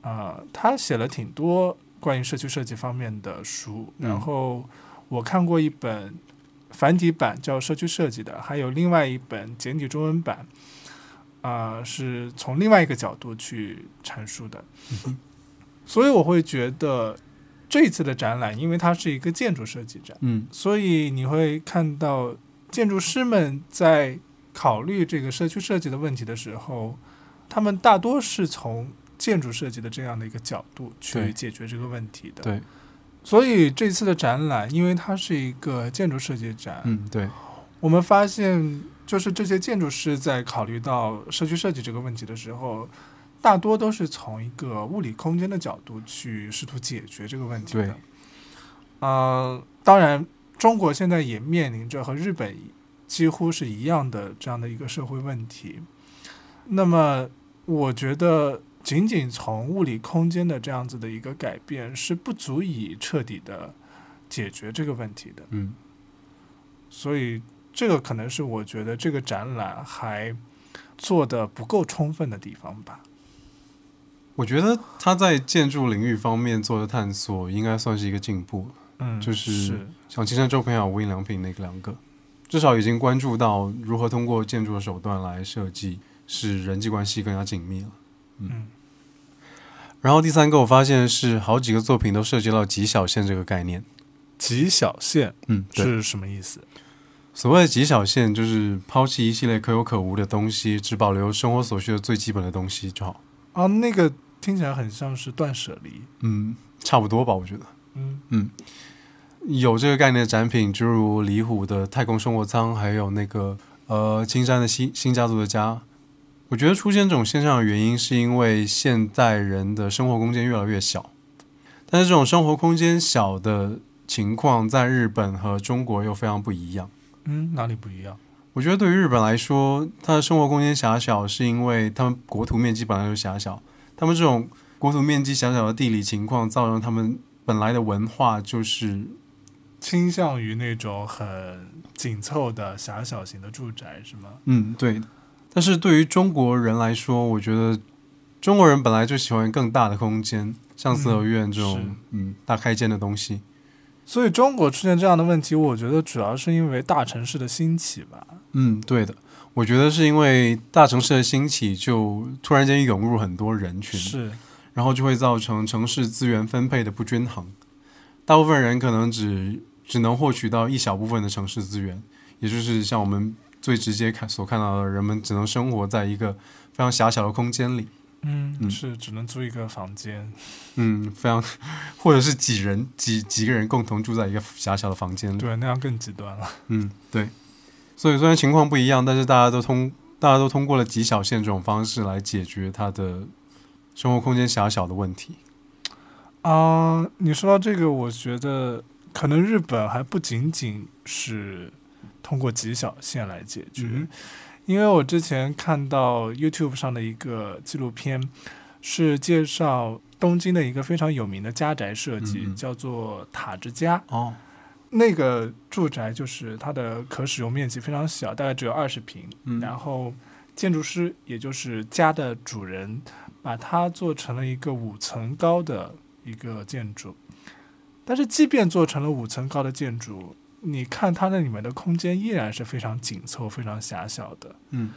Speaker 1: 啊、他写了挺多关于社区设计方面的书，
Speaker 2: 嗯
Speaker 1: 然后我看过一本繁体版叫《社区设计》的，还有另外一本简体中文版，啊、是从另外一个角度去阐述的。
Speaker 2: 嗯
Speaker 1: 所以我会觉得这一次的展览，因为它是一个建筑设计展，
Speaker 2: 嗯
Speaker 1: 所以你会看到建筑师们在考虑这个社区设计的问题的时候，他们大多是从建筑设计的这样的一个角度去
Speaker 2: 对
Speaker 1: 解决这个问题的。
Speaker 2: 对，嗯
Speaker 1: 所以这次的展览，因为它是一个建筑设计展，
Speaker 2: 嗯，对，
Speaker 1: 我们发现，就是这些建筑师在考虑到社区设计这个问题的时候，大多都是从一个物理空间的角度去试图解决这个问题的
Speaker 2: 对。
Speaker 1: 呃，当然，中国现在也面临着和日本几乎是一样的这样的一个社会问题。那么，我觉得仅仅从物理空间的这样子的一个改变是不足以彻底的解决这个问题的。
Speaker 2: 嗯
Speaker 1: 所以这个可能是我觉得这个展览还做的不够充分的地方吧。
Speaker 2: 我觉得他在建筑领域方面做的探索，应该算是一个进步。
Speaker 1: 嗯，
Speaker 2: 就是
Speaker 1: 是
Speaker 2: 像青山周平还有无印良品那个两个，至少已经关注到如何通过建筑的手段来设计，使人际关系更加紧密了。
Speaker 1: 嗯
Speaker 2: 然后第三个我发现是好几个作品都涉及到极小限这个概念。
Speaker 1: 极小限
Speaker 2: 嗯，对。
Speaker 1: 是什么意思？
Speaker 2: 所谓的极小限，就是抛弃一系列可有可无的东西，只保留生活所需的最基本的东西就好。
Speaker 1: 啊，那个听起来很像是断舍离。
Speaker 2: 嗯，差不多吧，我觉得。
Speaker 1: 嗯
Speaker 2: 有这个概念的展品，诸如李虎的《太空生活舱》，还有那个呃青山的新新家族的家。我觉得出现这种现象的原因，是因为现代人的生活空间越来越小，但是这种生活空间小的情况，在日本和中国又非常不一样。
Speaker 1: 嗯，哪里不一样？
Speaker 2: 我觉得对于日本来说，它的生活空间狭小，是因为他们国土面积本来就狭小，他们这种国土面积狭小的地理情况，造成他们本来的文化就是
Speaker 1: 倾向于那种很紧凑的狭小型的住宅是吗？
Speaker 2: 嗯，对。但是对于中国人来说，我觉得中国人本来就喜欢更大的空间，像四合院这
Speaker 1: 是
Speaker 2: 种嗯大开间的东西。
Speaker 1: 所以中国出现这样的问题，我觉得主要是因为大城市的兴起吧。
Speaker 2: 嗯，对的。我觉得是因为大城市的兴起，就突然间涌入很多人群，
Speaker 1: 是，
Speaker 2: 然后就会造成城市资源分配的不均衡。大部分人可能只只能获取到一小部分的城市资源，也就是像我们最直接看所看到的，人们只能生活在一个非常狭小的空间里。
Speaker 1: 嗯，
Speaker 2: 嗯
Speaker 1: 是只能租一个房间。
Speaker 2: 嗯，非常，或者是几人几几个人共同住在一个狭小的房间里。
Speaker 1: 对，那样更极端了。
Speaker 2: 嗯，对。所以虽然情况不一样，但是大家都通大家都通过了极小限这种方式来解决他的生活空间狭小的问题。
Speaker 1: 啊、你说到这个，我觉得可能日本还不仅仅是通过极小线来解决，
Speaker 2: 嗯
Speaker 1: 因为我之前看到 YouTube 上的一个纪录片，是介绍东京的一个非常有名的家宅设计，
Speaker 2: 嗯嗯
Speaker 1: 叫做塔之家。
Speaker 2: 哦，
Speaker 1: 那个住宅就是它的可使用面积非常小，大概只有二十平，
Speaker 2: 嗯
Speaker 1: 然后建筑师也就是家的主人，把它做成了一个五层高的一个建筑。但是即便做成了五层高的建筑，你看它那里面的空间依然是非常紧凑、非常狭小的。
Speaker 2: 嗯，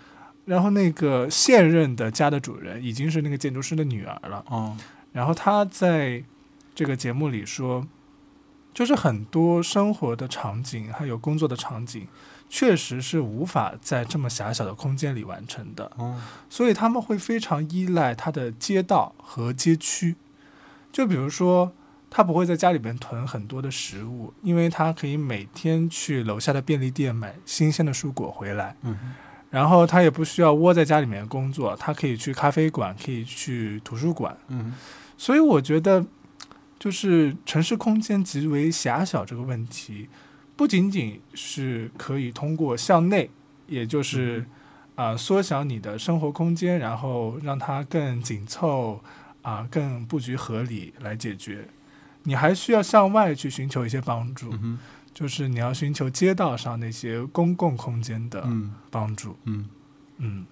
Speaker 1: 然后那个现任的家的主人已经是那个建筑师的女儿了。
Speaker 2: 哦，
Speaker 1: 然后他在这个节目里说，就是很多生活的场景还有工作的场景，确实是无法在这么狭小的空间里完成的，
Speaker 5: 哦，
Speaker 1: 所以他们会非常依赖它的街道和街区。就比如说，他不会在家里边囤很多的食物，因为他可以每天去楼下的便利店买新鲜的蔬果回来。
Speaker 5: 嗯
Speaker 1: 然后他也不需要窝在家里面工作，他可以去咖啡馆，可以去图书馆。
Speaker 5: 嗯
Speaker 1: 所以我觉得，就是城市空间极为狭小这个问题，不仅仅是可以通过向内，也就是
Speaker 5: 嗯
Speaker 1: 啊、缩小你的生活空间，然后让它更紧凑啊、更布局合理来解决。你还需要向外去寻求一些帮助，
Speaker 5: 嗯哼
Speaker 1: 就是你要寻求街道上那些公共空间的
Speaker 5: 嗯
Speaker 1: 帮助。
Speaker 5: 嗯，
Speaker 1: 嗯，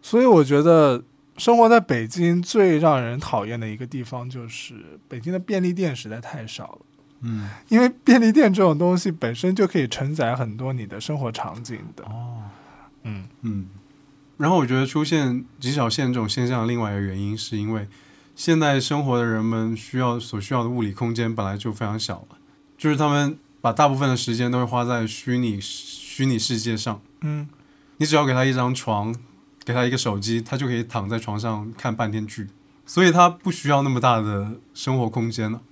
Speaker 1: 所以我觉得生活在北京最让人讨厌的一个地方就是北京的便利店实在太少了。
Speaker 5: 嗯
Speaker 1: 因为便利店这种东西本身就可以承载很多你的生活场景的，
Speaker 5: 哦
Speaker 1: 嗯
Speaker 5: 嗯。然后我觉得出现极小线这种现象的另外一个原因，是因为现代生活的人们需要所需要的物理空间本来就非常小了，就是他们把大部分的时间都会花在虚拟虚拟世界上。
Speaker 1: 嗯
Speaker 5: 你只要给他一张床，给他一个手机，他就可以躺在床上看半天剧，所以他不需要那么大的生活空间了。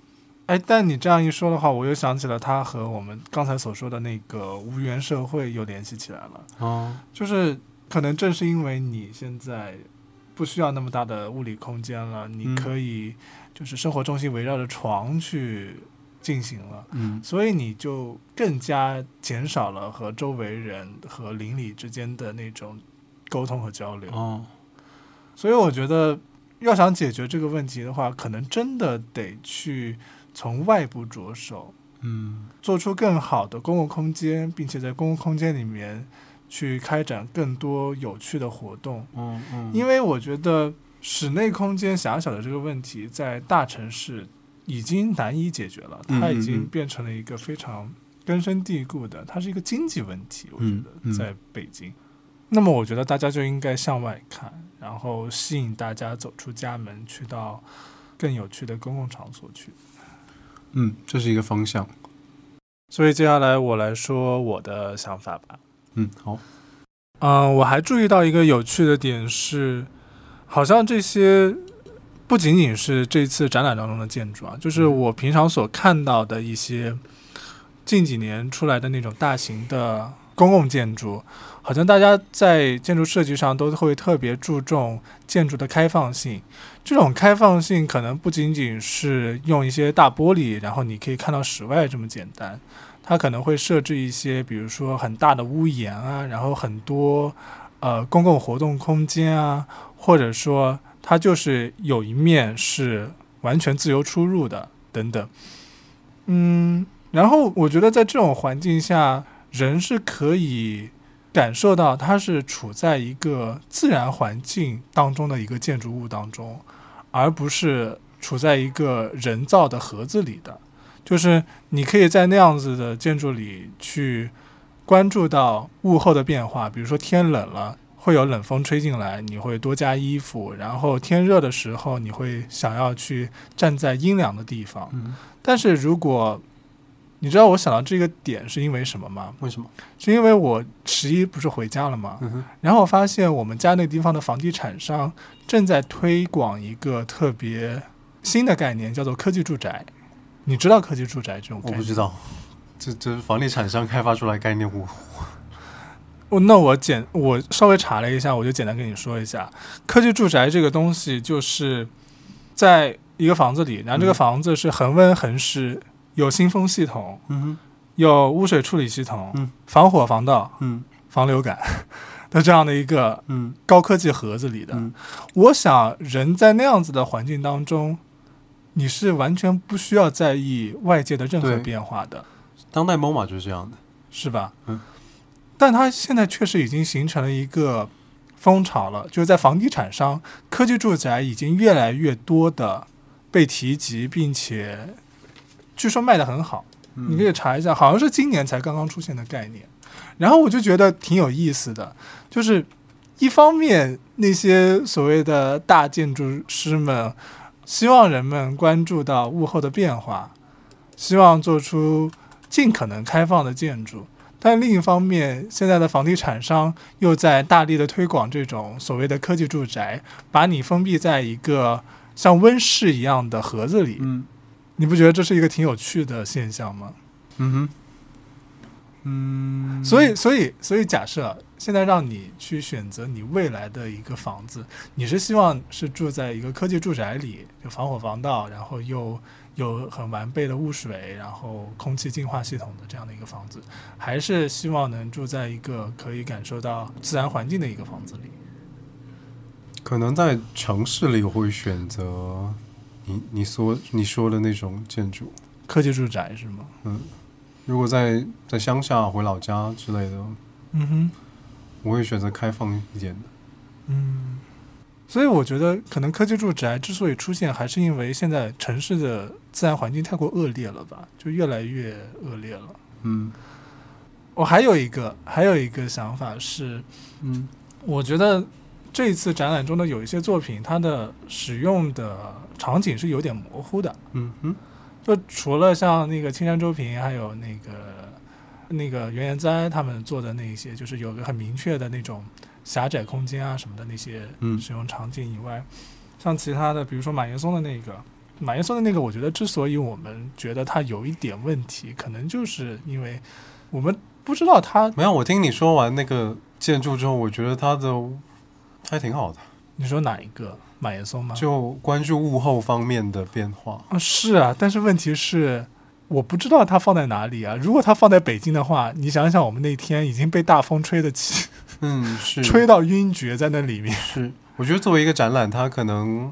Speaker 1: 哎，但你这样一说的话，我又想起了它和我们刚才所说的那个无缘社会又联系起来了。
Speaker 5: 哦，
Speaker 1: 就是可能正是因为你现在不需要那么大的物理空间了，你
Speaker 5: 嗯
Speaker 1: 可以就是生活中心围绕着床去进行了，
Speaker 5: 嗯
Speaker 1: 所以你就更加减少了和周围人和邻里之间的那种沟通和交流。
Speaker 5: 哦，
Speaker 1: 所以我觉得，要想解决这个问题的话，可能真的得去从外部着手，
Speaker 5: 嗯
Speaker 1: 做出更好的公共空间，并且在公共空间里面去开展更多有趣的活动。
Speaker 5: 哦哦，
Speaker 1: 因为我觉得室内空间狭小的这个问题，在大城市已经难以解决了，
Speaker 5: 嗯
Speaker 1: 它已
Speaker 5: 嗯
Speaker 1: 经
Speaker 5: 嗯
Speaker 1: 变成了一个非常根深蒂固的，它是一个经济问题。我觉
Speaker 5: 嗯
Speaker 1: 得
Speaker 5: 嗯
Speaker 1: 在北京，那么我觉得大家就应该向外看，然后吸引大家走出家门，去到更有趣的公共场所去。
Speaker 5: 嗯，这是一个方向。
Speaker 1: 所以接下来我来说我的想法吧。
Speaker 5: 嗯，好，
Speaker 1: 嗯，我还注意到一个有趣的点是，好像这些不仅仅是这次展览当中的建筑啊，就是我平常所看到的一些近几年出来的那种大型的公共建筑，好像大家在建筑设计上都会特别注重建筑的开放性。这种开放性可能不仅仅是用一些大玻璃，然后你可以看到室外这么简单，它可能会设置一些，比如说很大的屋檐啊，然后很多呃公共活动空间啊，或者说它就是有一面是完全自由出入的等等。嗯，然后我觉得在这种环境下，人是可以感受到它是处在一个自然环境当中的一个建筑物当中，而不是处在一个人造的盒子里的。就是你可以在那样子的建筑里去关注到物候的变化，比如说天冷了。会有冷风吹进来，你会多加衣服；然后天热的时候，你会想要去站在阴凉的地方。
Speaker 5: 嗯，
Speaker 1: 但是如果你知道我想到这个点是因为什么吗？
Speaker 5: 为什么？
Speaker 1: 是因为我十一不是回家了吗？
Speaker 5: 嗯哼，
Speaker 1: 然后我发现我们家那地方的房地产商正在推广一个特别新的概念，叫做科技住宅。你知道科技住宅这种概
Speaker 2: 我
Speaker 1: 念
Speaker 2: 不
Speaker 1: 吗？
Speaker 2: 知道，这这是房地产商开发出来的概念我
Speaker 1: 我哦那我简我稍微查了一下，我就简单跟你说一下，科技住宅这个东西就是在一个房子里，然后这个
Speaker 2: 嗯
Speaker 1: 房子是恒温恒湿，有新风系统，
Speaker 5: 嗯哼，
Speaker 1: 有污水处理系统、
Speaker 5: 嗯
Speaker 1: 防火、防盗、
Speaker 5: 嗯
Speaker 1: 防流感 的这样的一个
Speaker 5: 嗯
Speaker 1: 高科技盒子里的。
Speaker 5: 嗯
Speaker 1: 我想，人在那样子的环境当中，你是完全不需要在意外界的任何
Speaker 5: 对
Speaker 1: 变化的，
Speaker 2: 当代 MOMA 就是这样的，
Speaker 1: 是吧？
Speaker 5: 嗯。
Speaker 1: 但它现在确实已经形成了一个风潮了，就是在房地产商、科技住宅已经越来越多的被提及，并且据说卖得很好。
Speaker 5: 嗯
Speaker 1: 你可以查一下，好像是今年才刚刚出现的概念。然后我就觉得挺有意思的，就是一方面那些所谓的大建筑师们希望人们关注到物候的变化，希望做出尽可能开放的建筑，但另一方面，现在的房地产商又在大力的推广这种所谓的科技住宅，把你封闭在一个像温室一样的盒子里。
Speaker 2: 嗯
Speaker 1: 你不觉得这是一个挺有趣的现象吗？
Speaker 2: 嗯哼，嗯，
Speaker 1: 所以，所以，所以，假设现在让你去选择你未来的一个房子，你是希望是住在一个科技住宅里，就防火防盗，然后又有很完备的雾水，然后空气净化系统的这样的一个房子，还是希望能住在一个可以感受到自然环境的一个房子里？
Speaker 2: 可能在城市里我会选择你你所你说的那种建筑。
Speaker 1: 科技住宅是吗？
Speaker 2: 如果在在乡下回老家之类的，
Speaker 1: 嗯哼。
Speaker 2: 我会选择开放一点的。
Speaker 1: 嗯，所以我觉得可能科技住宅之所以出现，还是因为现在城市的自然环境太过恶劣了吧，就越来越恶劣了。
Speaker 2: 嗯
Speaker 1: 我还有一个还有一个想法是，
Speaker 2: 嗯
Speaker 1: 我觉得这一次展览中的有一些作品，它的使用的场景是有点模糊的。
Speaker 2: 嗯嗯
Speaker 1: 就除了像那个青山周平，还有那个那个袁研哉他们做的那一些，就是有个很明确的那种狭窄空间啊什么的那些
Speaker 2: 嗯
Speaker 1: 使用场景以外，像其他的，比如说马岩松的那个，马岩松的那个，我觉得之所以我们觉得它有一点问题，可能就是因为我们不知道它，
Speaker 6: 没有，我听你说完那个建筑之后，我觉得它的还挺好的，
Speaker 1: 你说哪一个马岩松吗？
Speaker 6: 就关注物候方面的变化。
Speaker 1: 啊，是啊，但是问题是，我不知道它放在哪里啊。如果它放在北京的话，你想想，我们那天已经被大风吹得起，
Speaker 6: 嗯， 是
Speaker 1: 吹到晕厥在那里面。
Speaker 6: 是，我觉得作为一个展览，它可能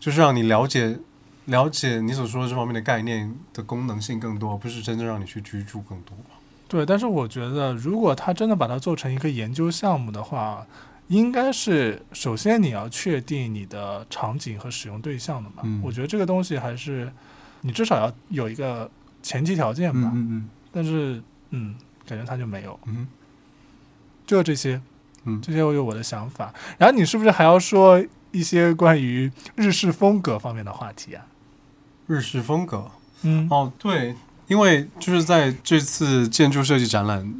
Speaker 6: 就是让你了解了解你所说的这方面的概念的功能性更多，不是真正让你去居住更多吧。
Speaker 1: 对，但是我觉得，如果他真的把它做成一个研究项目的话，应该是首先你要确定你的场景和使用对象的嘛。
Speaker 2: 嗯
Speaker 1: 我觉得这个东西还是你至少要有一个前提条件
Speaker 2: 嗯
Speaker 1: 吧。
Speaker 2: 嗯
Speaker 1: 但是，嗯，感觉他就没有。
Speaker 2: 嗯
Speaker 1: 就这些，
Speaker 2: 嗯
Speaker 1: 这些我有我的想法。然后你是不是还要说一些关于日式风格方面的话题啊？
Speaker 6: 日式风格
Speaker 1: 嗯
Speaker 6: 哦，对，
Speaker 2: 因为就是在这次建筑设计展览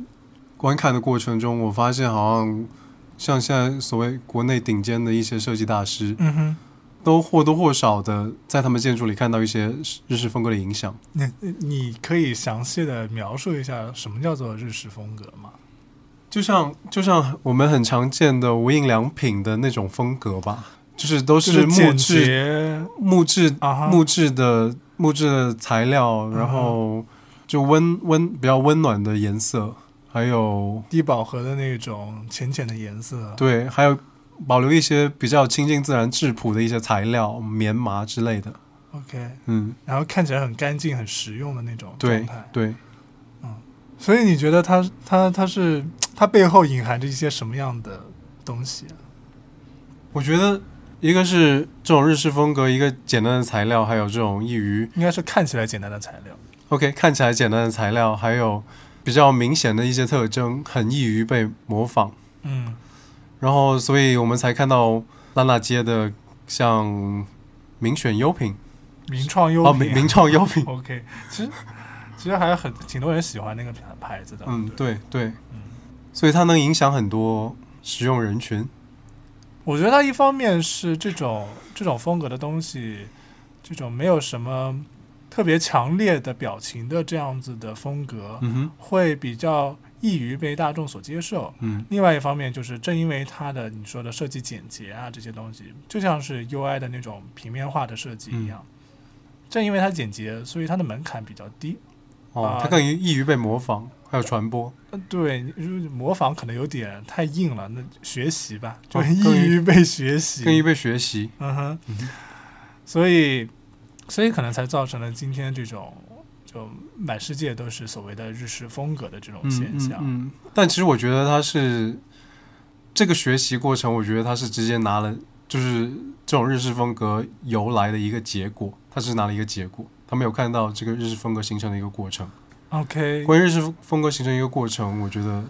Speaker 2: 观看的过程中，我发现好像像现在所谓国内顶尖的一些设计大师，
Speaker 1: 嗯哼，
Speaker 2: 都或多或少的在他们建筑里看到一些日式风格的影响。
Speaker 1: 你你可以详细的描述一下什么叫做日式风格吗？
Speaker 2: 就像就像我们很常见的无印良品的那种风格吧，就是都
Speaker 1: 就是
Speaker 2: 木
Speaker 1: 简
Speaker 2: 质
Speaker 1: 洁
Speaker 2: 木质
Speaker 1: 啊哈，
Speaker 2: 木质的木质的材料，
Speaker 1: 嗯
Speaker 2: 然后就温温比较温暖的颜色，还有
Speaker 1: 低饱和的那种浅浅的颜色。
Speaker 2: 对，还有保留一些比较亲近自然质朴的一些材料，棉麻之类的。
Speaker 1: OK，
Speaker 2: 嗯，
Speaker 1: 然后看起来很干净、很实用的那种状
Speaker 2: 对
Speaker 1: 态。
Speaker 2: 对，
Speaker 1: 所以你觉得它它它是它背后隐含着一些什么样的东西啊？
Speaker 2: 我觉得一个是这种日式风格，一个简单的材料，还有这种易于
Speaker 1: 应该是看起来简单的材料。
Speaker 2: OK，看起来简单的材料，还有比较明显的一些特征，很易于被模仿。
Speaker 1: 嗯
Speaker 2: 然后，所以我们才看到拉拉街的像名选优品
Speaker 1: 名创优
Speaker 2: 哦，
Speaker 1: 品。
Speaker 2: 名名创优品
Speaker 1: OK，其 实其实还很挺多人喜欢那个牌牌子的。
Speaker 2: 嗯，
Speaker 1: 对，
Speaker 2: 对对
Speaker 1: 嗯，
Speaker 2: 所以它能影响很多使用人群。
Speaker 1: 我觉得它一方面是这种这种风格的东西，这种没有什么特别强烈的表情的这样子的风格，
Speaker 2: 嗯哼，
Speaker 1: 会比较易于被大众所接受。
Speaker 2: 嗯
Speaker 1: 另外一方面，就是正因为它的你说的设计简洁啊这些东西，就像是 UI 的那种平面化的设计一
Speaker 2: 嗯
Speaker 1: 样，正因为它简洁，所以它的门槛比较低。
Speaker 2: 哦
Speaker 1: 啊，
Speaker 2: 它更易于被模仿，还有传播。
Speaker 1: 呃对，如果模仿可能有点太硬了，那学习吧，就
Speaker 2: 哦
Speaker 1: 易
Speaker 2: 更
Speaker 1: 于被学习。
Speaker 2: 更易被学习，
Speaker 1: 嗯哼
Speaker 2: 嗯哼，
Speaker 1: 所以，所以可能才造成了今天这种就满世界都是所谓的日式风格的这种
Speaker 2: 嗯
Speaker 1: 现
Speaker 2: 嗯
Speaker 1: 象。
Speaker 2: 嗯。但其实我觉得它是这个学习过程，我觉得它是直接拿了，就是这种日式风格由来的一个结果，它是拿了一个结果，他没有看到这个日式风格形成的一个过程。
Speaker 1: OK，
Speaker 2: 关于日式风格形成一个过程，我觉得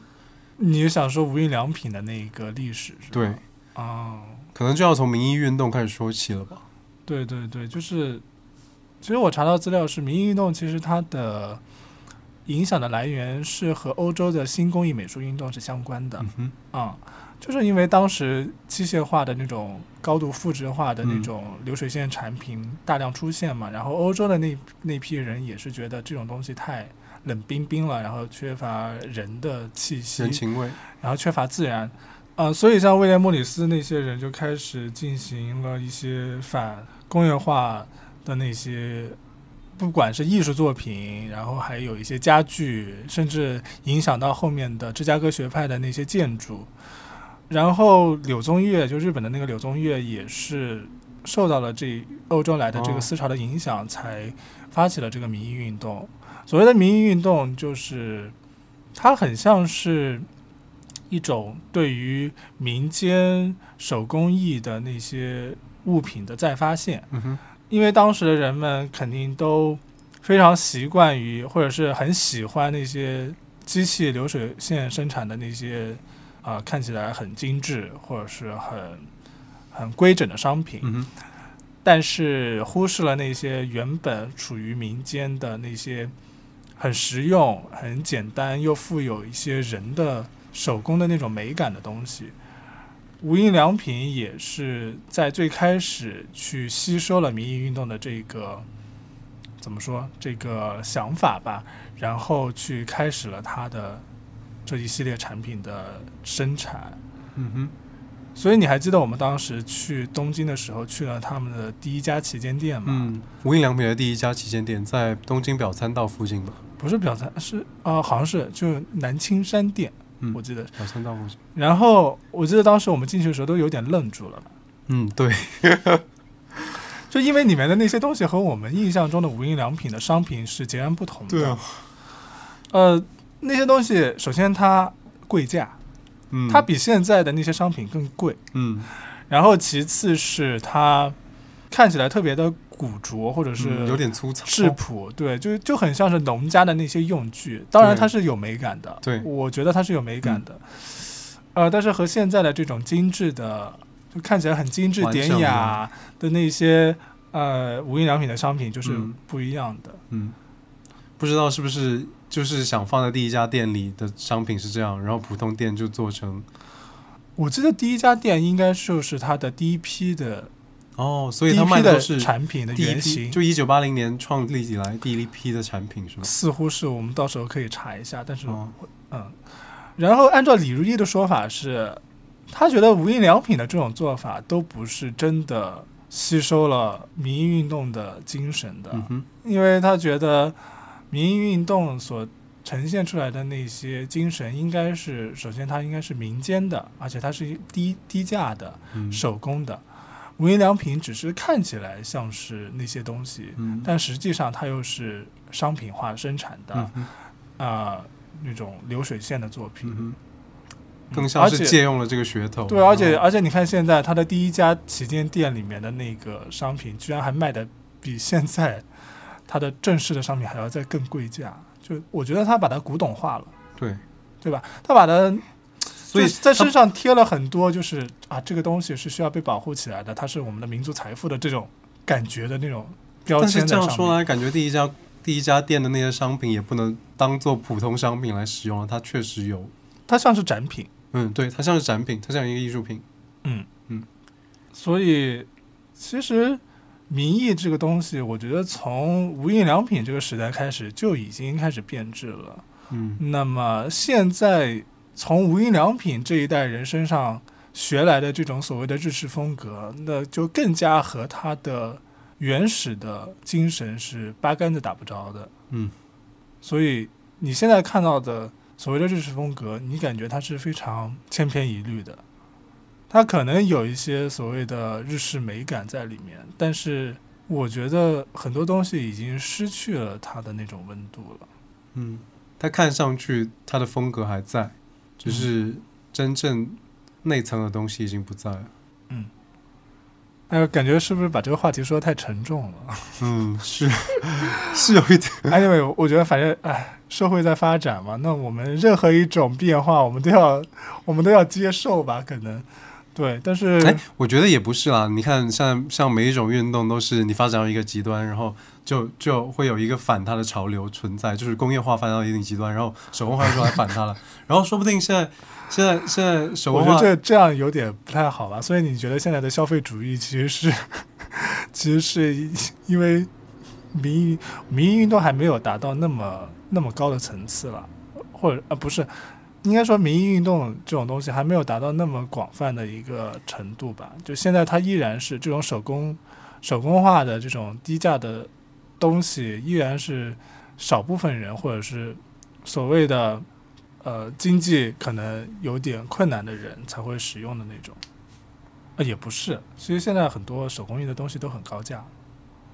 Speaker 1: 你想说无印良品的那一个历史是吧？
Speaker 2: 对，
Speaker 1: 哦，
Speaker 2: 可能就要从民意运动开始说起了吧。
Speaker 1: 对对对，就是，其实我查到资料是民意运动，其实它的。影响的来源是和欧洲的新工艺美术运动是相关的
Speaker 5: 嗯哼，
Speaker 1: 啊、就是因为当时机械化的那种高度复制化的那
Speaker 5: 嗯
Speaker 1: 种流水线产品大量出现嘛，然后欧洲的那那批人也是觉得这种东西太冷冰冰了，然后缺乏人的气息，
Speaker 2: 人情味，
Speaker 1: 然后缺乏自然，呃，所以像威廉·莫里斯那些人就开始进行了一些反工业化的那些，不管是艺术作品，然后还有一些家具，甚至影响到后面的芝加哥学派的那些建筑。然后柳宗悦，就日本的那个柳宗悦，也是受到了这欧洲来的这
Speaker 2: 哦
Speaker 1: 个思潮的影响，才发起了这个民意运动。所谓的民意运动，就是它很像是一种对于民间手工艺的那些物品的再发现，
Speaker 2: 嗯哼，
Speaker 1: 因为当时的人们肯定都非常习惯于，或者是很喜欢那些机器流水线生产的那些啊、看起来很精致或者是很很规整的商品，
Speaker 5: 嗯哼，
Speaker 1: 但是忽视了那些原本处于民间的那些很实用、很简单又富有一些人的手工的那种美感的东西。无印良品也是在最开始去吸收了民意运动的这个怎么说这个想法吧，然后去开始了它的这一系列产品的生产。
Speaker 5: 嗯哼，
Speaker 1: 所以你还记得我们当时去东京的时候，去了他们的第一家旗舰店吗？
Speaker 5: 嗯，
Speaker 2: 无印良品的第一家旗舰店在东京表参道附近吧？
Speaker 1: 不是表参，是啊、呃好像是就南青山店，
Speaker 5: 嗯
Speaker 1: 我记得。
Speaker 2: 表参道附近，
Speaker 1: 然后我记得当时我们进去的时候都有点愣住了，
Speaker 2: 嗯，对，
Speaker 1: 就因为里面的那些东西和我们印象中的无印良品的商品是截然不同的。，，
Speaker 2: 啊
Speaker 1: 呃，那些东西首先它贵价，
Speaker 5: 嗯，
Speaker 1: 它比现在的那些商品更贵。
Speaker 5: 嗯
Speaker 1: 然后其次是它看起来特别的古拙，或者是、
Speaker 2: 嗯有点粗糙，
Speaker 1: 质朴，对，就就很像是农家的那些用具。当然，
Speaker 2: 对
Speaker 1: 它是有美感的，
Speaker 2: 对嗯
Speaker 1: 我觉得它是有美感的。呃，但是和现在的这种精致的，就看起来很精致
Speaker 5: 完整
Speaker 1: 典
Speaker 5: 的
Speaker 1: 雅的那些呃无印良品的商品就是
Speaker 5: 嗯
Speaker 1: 不一样的。
Speaker 5: 嗯，
Speaker 2: 不知道是不是就是想放在第一家店里的商品是这样，然后普通店就做成
Speaker 1: 我记得第一家店应该就是它的第一批的，
Speaker 2: 哦，所
Speaker 1: 第
Speaker 2: 以
Speaker 1: 一
Speaker 2: 他
Speaker 1: 批
Speaker 2: 卖的
Speaker 1: 的
Speaker 2: 都是
Speaker 1: 产品的
Speaker 2: 第一
Speaker 1: 原
Speaker 2: 批，
Speaker 1: 型，
Speaker 2: 就一九八零年创立以来第一批的产品是吗？
Speaker 1: 似乎是我们到时候可以查一下，但是
Speaker 2: 哦，
Speaker 1: 嗯，然后按照李如一的说法是，他觉得无印良品的这种做法都不是真的吸收了民意运动的精神的，
Speaker 5: 嗯哼，
Speaker 1: 因为他觉得民意运动所呈现出来的那些精神，应该是首先它应该是民间的，而且它是低低价的、
Speaker 5: 嗯，
Speaker 1: 手工的。无印良品只是看起来像是那些东西，
Speaker 5: 嗯，
Speaker 1: 但实际上它又是商品化生产的。
Speaker 5: 嗯哼
Speaker 1: 啊、那种流水线的作品，
Speaker 5: 嗯哼，
Speaker 1: 嗯
Speaker 2: 更像是
Speaker 1: 而且
Speaker 2: 借用嗯了这个噱头。
Speaker 1: 对，而且而且你看现在它的第一家旗舰店里面的那个商品，居然还卖的比现在它的正式的商品还要再更贵价，就我觉得它把它古董化了，
Speaker 5: 对，
Speaker 1: 对吧？它把它。
Speaker 5: 所以
Speaker 1: 就是在
Speaker 5: 它
Speaker 1: 身上贴了很多，就是啊，这个东西是需要被保护起来的，它是我们的民族财富的这种感觉的那种标
Speaker 2: 但
Speaker 1: 签
Speaker 2: 是
Speaker 1: 在
Speaker 2: 这
Speaker 1: 上
Speaker 2: 样
Speaker 1: 面。
Speaker 2: 说来，感觉第一家第一家店的那些商品也不能当做普通商品来使用了，它确实有，
Speaker 1: 它像是展品，
Speaker 2: 嗯，对，它像是展品，它像一个艺术品。
Speaker 1: 所以其实民意这个东西，我觉得从无印良品这个时代开始就已经开始变质了。
Speaker 2: 嗯，
Speaker 1: 那么现在从无印良品这一代人身上学来的这种所谓的日式风格，那就更加和它的原始的精神是八竿子打不着的。
Speaker 2: 嗯，
Speaker 1: 所以你现在看到的所谓的日式风格，你感觉它是非常千篇一律的。它可能有一些所谓的日式美感在里面，但是我觉得很多东西已经失去了它的那种温度了。
Speaker 2: 嗯，它看上去它的风格还在，只是
Speaker 1: 嗯
Speaker 2: 真正内层的东西已经不在了。
Speaker 1: 哎，感觉是不是把这个话题说得太沉重了
Speaker 2: 嗯，是 是有一点，
Speaker 1: ？Anyway，我觉得反正哎，社会在发展嘛，那我们任何一种变化，我们都要我们都要接受吧，可能。对，但是
Speaker 2: 哎，我觉得也不是啦。你看，像像每一种运动都是你发展到一个极端，然后就就会有一个反它的潮流存在，就是工业化发展到一定极端，然后手工化就来反它了。然后说不定现在现在现在手
Speaker 1: 我
Speaker 2: 工
Speaker 1: 觉得
Speaker 2: 化
Speaker 1: 这这样有点不太好吧。所以你觉得现在的消费主义其实是其实是因为民意民意运动还没有达到那么那么高的层次了，或者啊不是。应该说，民意运动这种东西还没有达到那么广泛的一个程度吧。就现在，它依然是这种手工、手工化的这种低价的东西，依然是少部分人或者是所谓的呃经济可能有点困难的人才会使用的那种，呃也不是，其实现在很多手工艺的东西都很高价，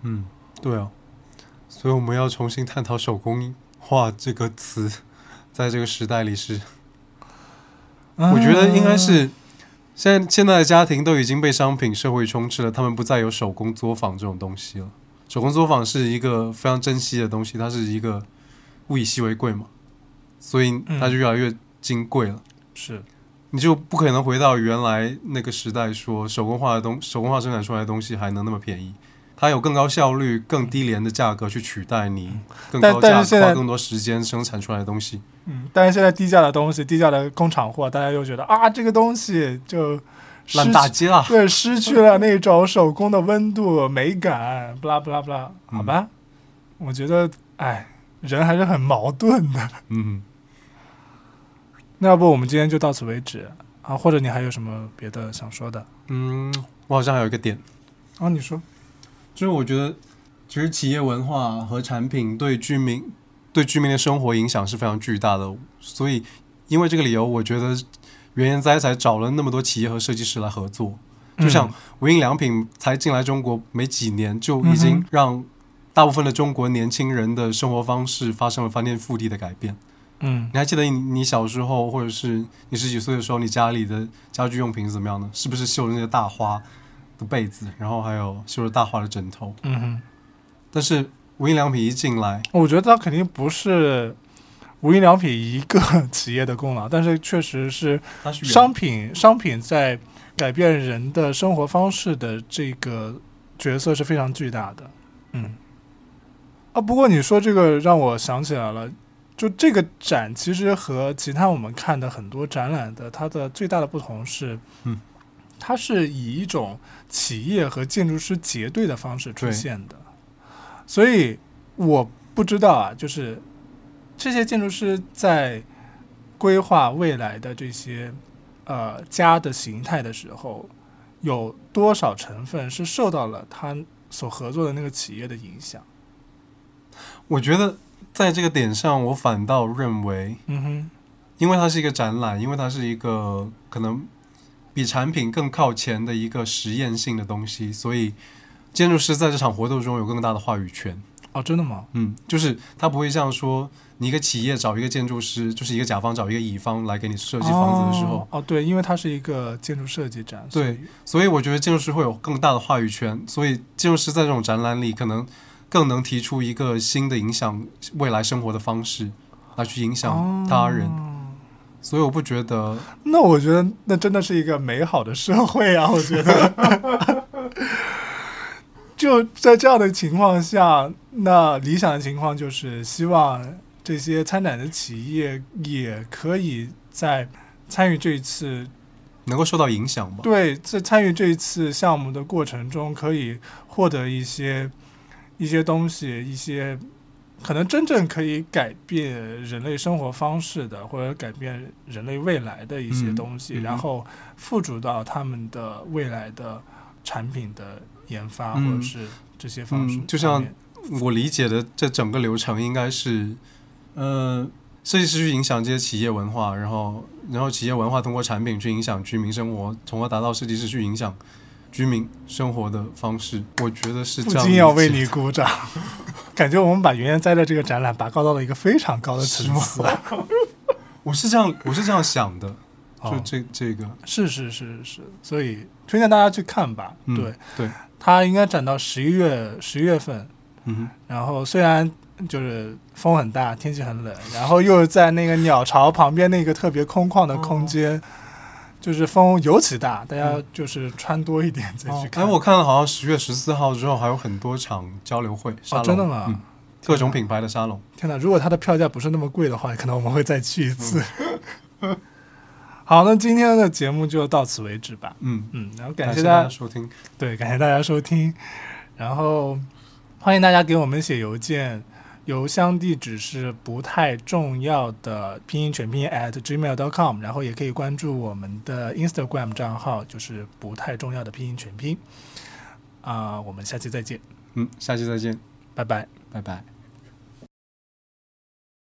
Speaker 2: 嗯，对啊，所以我们要重新探讨手工化这个词，在这个时代里是
Speaker 1: 嗯
Speaker 2: 我觉得应
Speaker 1: 啊
Speaker 2: 该是现在现在的家庭都已经被商品社会充斥了，他们不再有手工作坊这种东西了。手工作坊是一个非常珍惜的东西，它是一个物以稀为贵嘛，所以
Speaker 1: 嗯
Speaker 2: 它就越来越金贵了。
Speaker 1: 是
Speaker 2: 你就不可能回到原来那个时代，说手工化的东手工化生产出来的东西还能那么便宜。它有更高效率、更低廉的价格去取代你更
Speaker 1: 嗯但
Speaker 2: 高
Speaker 1: 但
Speaker 2: 价、
Speaker 1: 是现在
Speaker 2: 花更多时间生产出来的东西。
Speaker 1: 嗯，但是现在低价的东西，低价的工厂货，大家又觉得啊这个东西就失
Speaker 2: 烂大
Speaker 1: 去
Speaker 2: 街啦！
Speaker 1: 对，失去了那种手工的温度、美感，不啦不啦不啦，
Speaker 2: 嗯
Speaker 1: 好吧，我觉得哎，人还是很矛盾的。
Speaker 2: 嗯，
Speaker 1: 那要不我们今天就到此为止啊？或者你还有什么别的想说的？
Speaker 2: 嗯，我好像还有一个点，
Speaker 1: 啊，你说，
Speaker 2: 就是我觉得，其实企业文化和产品对居民对居民的生活影响是非常巨大的。所以，因为这个理由，我觉得原研哉才找了那么多企业和设计师来合作。
Speaker 1: 嗯
Speaker 2: 就像无印良品才进来中国没几年，就已
Speaker 1: 嗯
Speaker 2: 经让大部分的中国年轻人的生活方式发生了翻天覆地的改变。
Speaker 1: 嗯，
Speaker 2: 你还记得你你小时候，或者是你十几岁的时候，你家里的家居用品是怎么样的？是不是绣着那个大花的被子，然后还有绣着大花的枕头？
Speaker 1: 嗯哼，
Speaker 2: 但是无印良品一进来，
Speaker 1: 我觉得它肯定不是无印良品一个企业的功劳，但是确实是
Speaker 2: 它是原
Speaker 1: 商品商品在改变人的生活方式的这个角色是非常巨大的。嗯，啊，不过你说这个让我想起来了。就这个展，其实和其他我们看的很多展览的它的最大的不同是，
Speaker 2: 嗯，
Speaker 1: 它是以一种企业和建筑师结对的方式出
Speaker 2: 对
Speaker 1: 现的，所以我不知道啊，就是这些建筑师在规划未来的这些呃家的形态的时候，有多少成分是受到了他所合作的那个企业的影响？
Speaker 2: 我觉得在这个点上，我反倒认为，
Speaker 1: 嗯哼，
Speaker 2: 因为它是一个展览，因为它是一个可能比产品更靠前的一个实验性的东西，所以建筑师在这场活动中有更大的话语权。
Speaker 1: 哦，真的吗？
Speaker 2: 嗯，就是他不会像说你一个企业找一个建筑师，就是一个甲方找一个乙方来给你设计房子的时候，
Speaker 1: 哦，哦对，因为它是一个建筑设计展，所
Speaker 2: 对
Speaker 1: 以，
Speaker 2: 所以我觉得建筑师会有更大的话语权，所以建筑师在这种展览里可能更能提出一个新的影响未来生活的方式，来去影响他人。
Speaker 1: 哦
Speaker 2: 所以我不觉得
Speaker 1: 那我觉得那真的是一个美好的社会啊！我觉得， 就在这样的情况下，那理想的情况就是希望这些参展的企业也可以在参与这一次
Speaker 2: 能够受到影响吧。
Speaker 1: 对在参与这一次项目的过程中，可以获得一些一些东西，一些可能真正可以改变人类生活方式的，或者改变人类未来的一些
Speaker 2: 嗯
Speaker 1: 东西，
Speaker 2: 嗯
Speaker 1: 然后附着到他们的未来的产品的研发、
Speaker 2: 嗯
Speaker 1: 或者是这些方式、
Speaker 2: 嗯就像我理解的这整个流程应该是，呃，设计师去影响这些企业文化，然后然后企业文化通过产品去影响居民生活，从而达到设计师去影响居民生活的方式。我觉得是
Speaker 1: 不
Speaker 2: 这样理
Speaker 1: 禁
Speaker 2: 解的。
Speaker 1: 要为你鼓 掌。感觉我们把原研哉的这个展览拔高到了一个非常高的层次，
Speaker 2: 我是这样，我是这样想的，就
Speaker 1: 哦
Speaker 2: 这这个，
Speaker 1: 是是是是，所以推荐大家去看吧。
Speaker 2: 嗯
Speaker 1: 对，
Speaker 2: 对，
Speaker 1: 它应该展到十一月十月份，
Speaker 2: 嗯
Speaker 1: 然后虽然就是风很大，
Speaker 2: 哦
Speaker 1: 天气很冷，然后又在那个鸟巢旁边那个特别空旷的空间，就是风尤其大，大家就是穿多一点再去
Speaker 2: 嗯哦
Speaker 1: 看。
Speaker 2: 哎，我看了好像十月十四号之后还有很多场交流会，沙
Speaker 1: 哦，
Speaker 2: 龙，
Speaker 1: 真的吗？
Speaker 2: 嗯各种品牌的沙龙，
Speaker 1: 天哪！如果它的票价不是那么贵的话，可能我们会再去一次。
Speaker 2: 嗯
Speaker 1: 好，那今天的节目就到此为止吧。
Speaker 2: 嗯，
Speaker 1: 嗯，然后
Speaker 2: 感
Speaker 1: 感谢
Speaker 2: 大
Speaker 1: 大
Speaker 2: 家
Speaker 1: 家，
Speaker 2: 收听，
Speaker 1: 对，感谢大家收听，然后欢迎大家给我们写邮件，邮箱地址是不太重要的拼音全拼 at gmail.com，然后也可以关注我们的 Instagram 账号，就是不太重要的拼音全拼。啊、我们下期再见，
Speaker 2: 嗯，下期再见，
Speaker 1: 拜拜。
Speaker 2: 拜拜。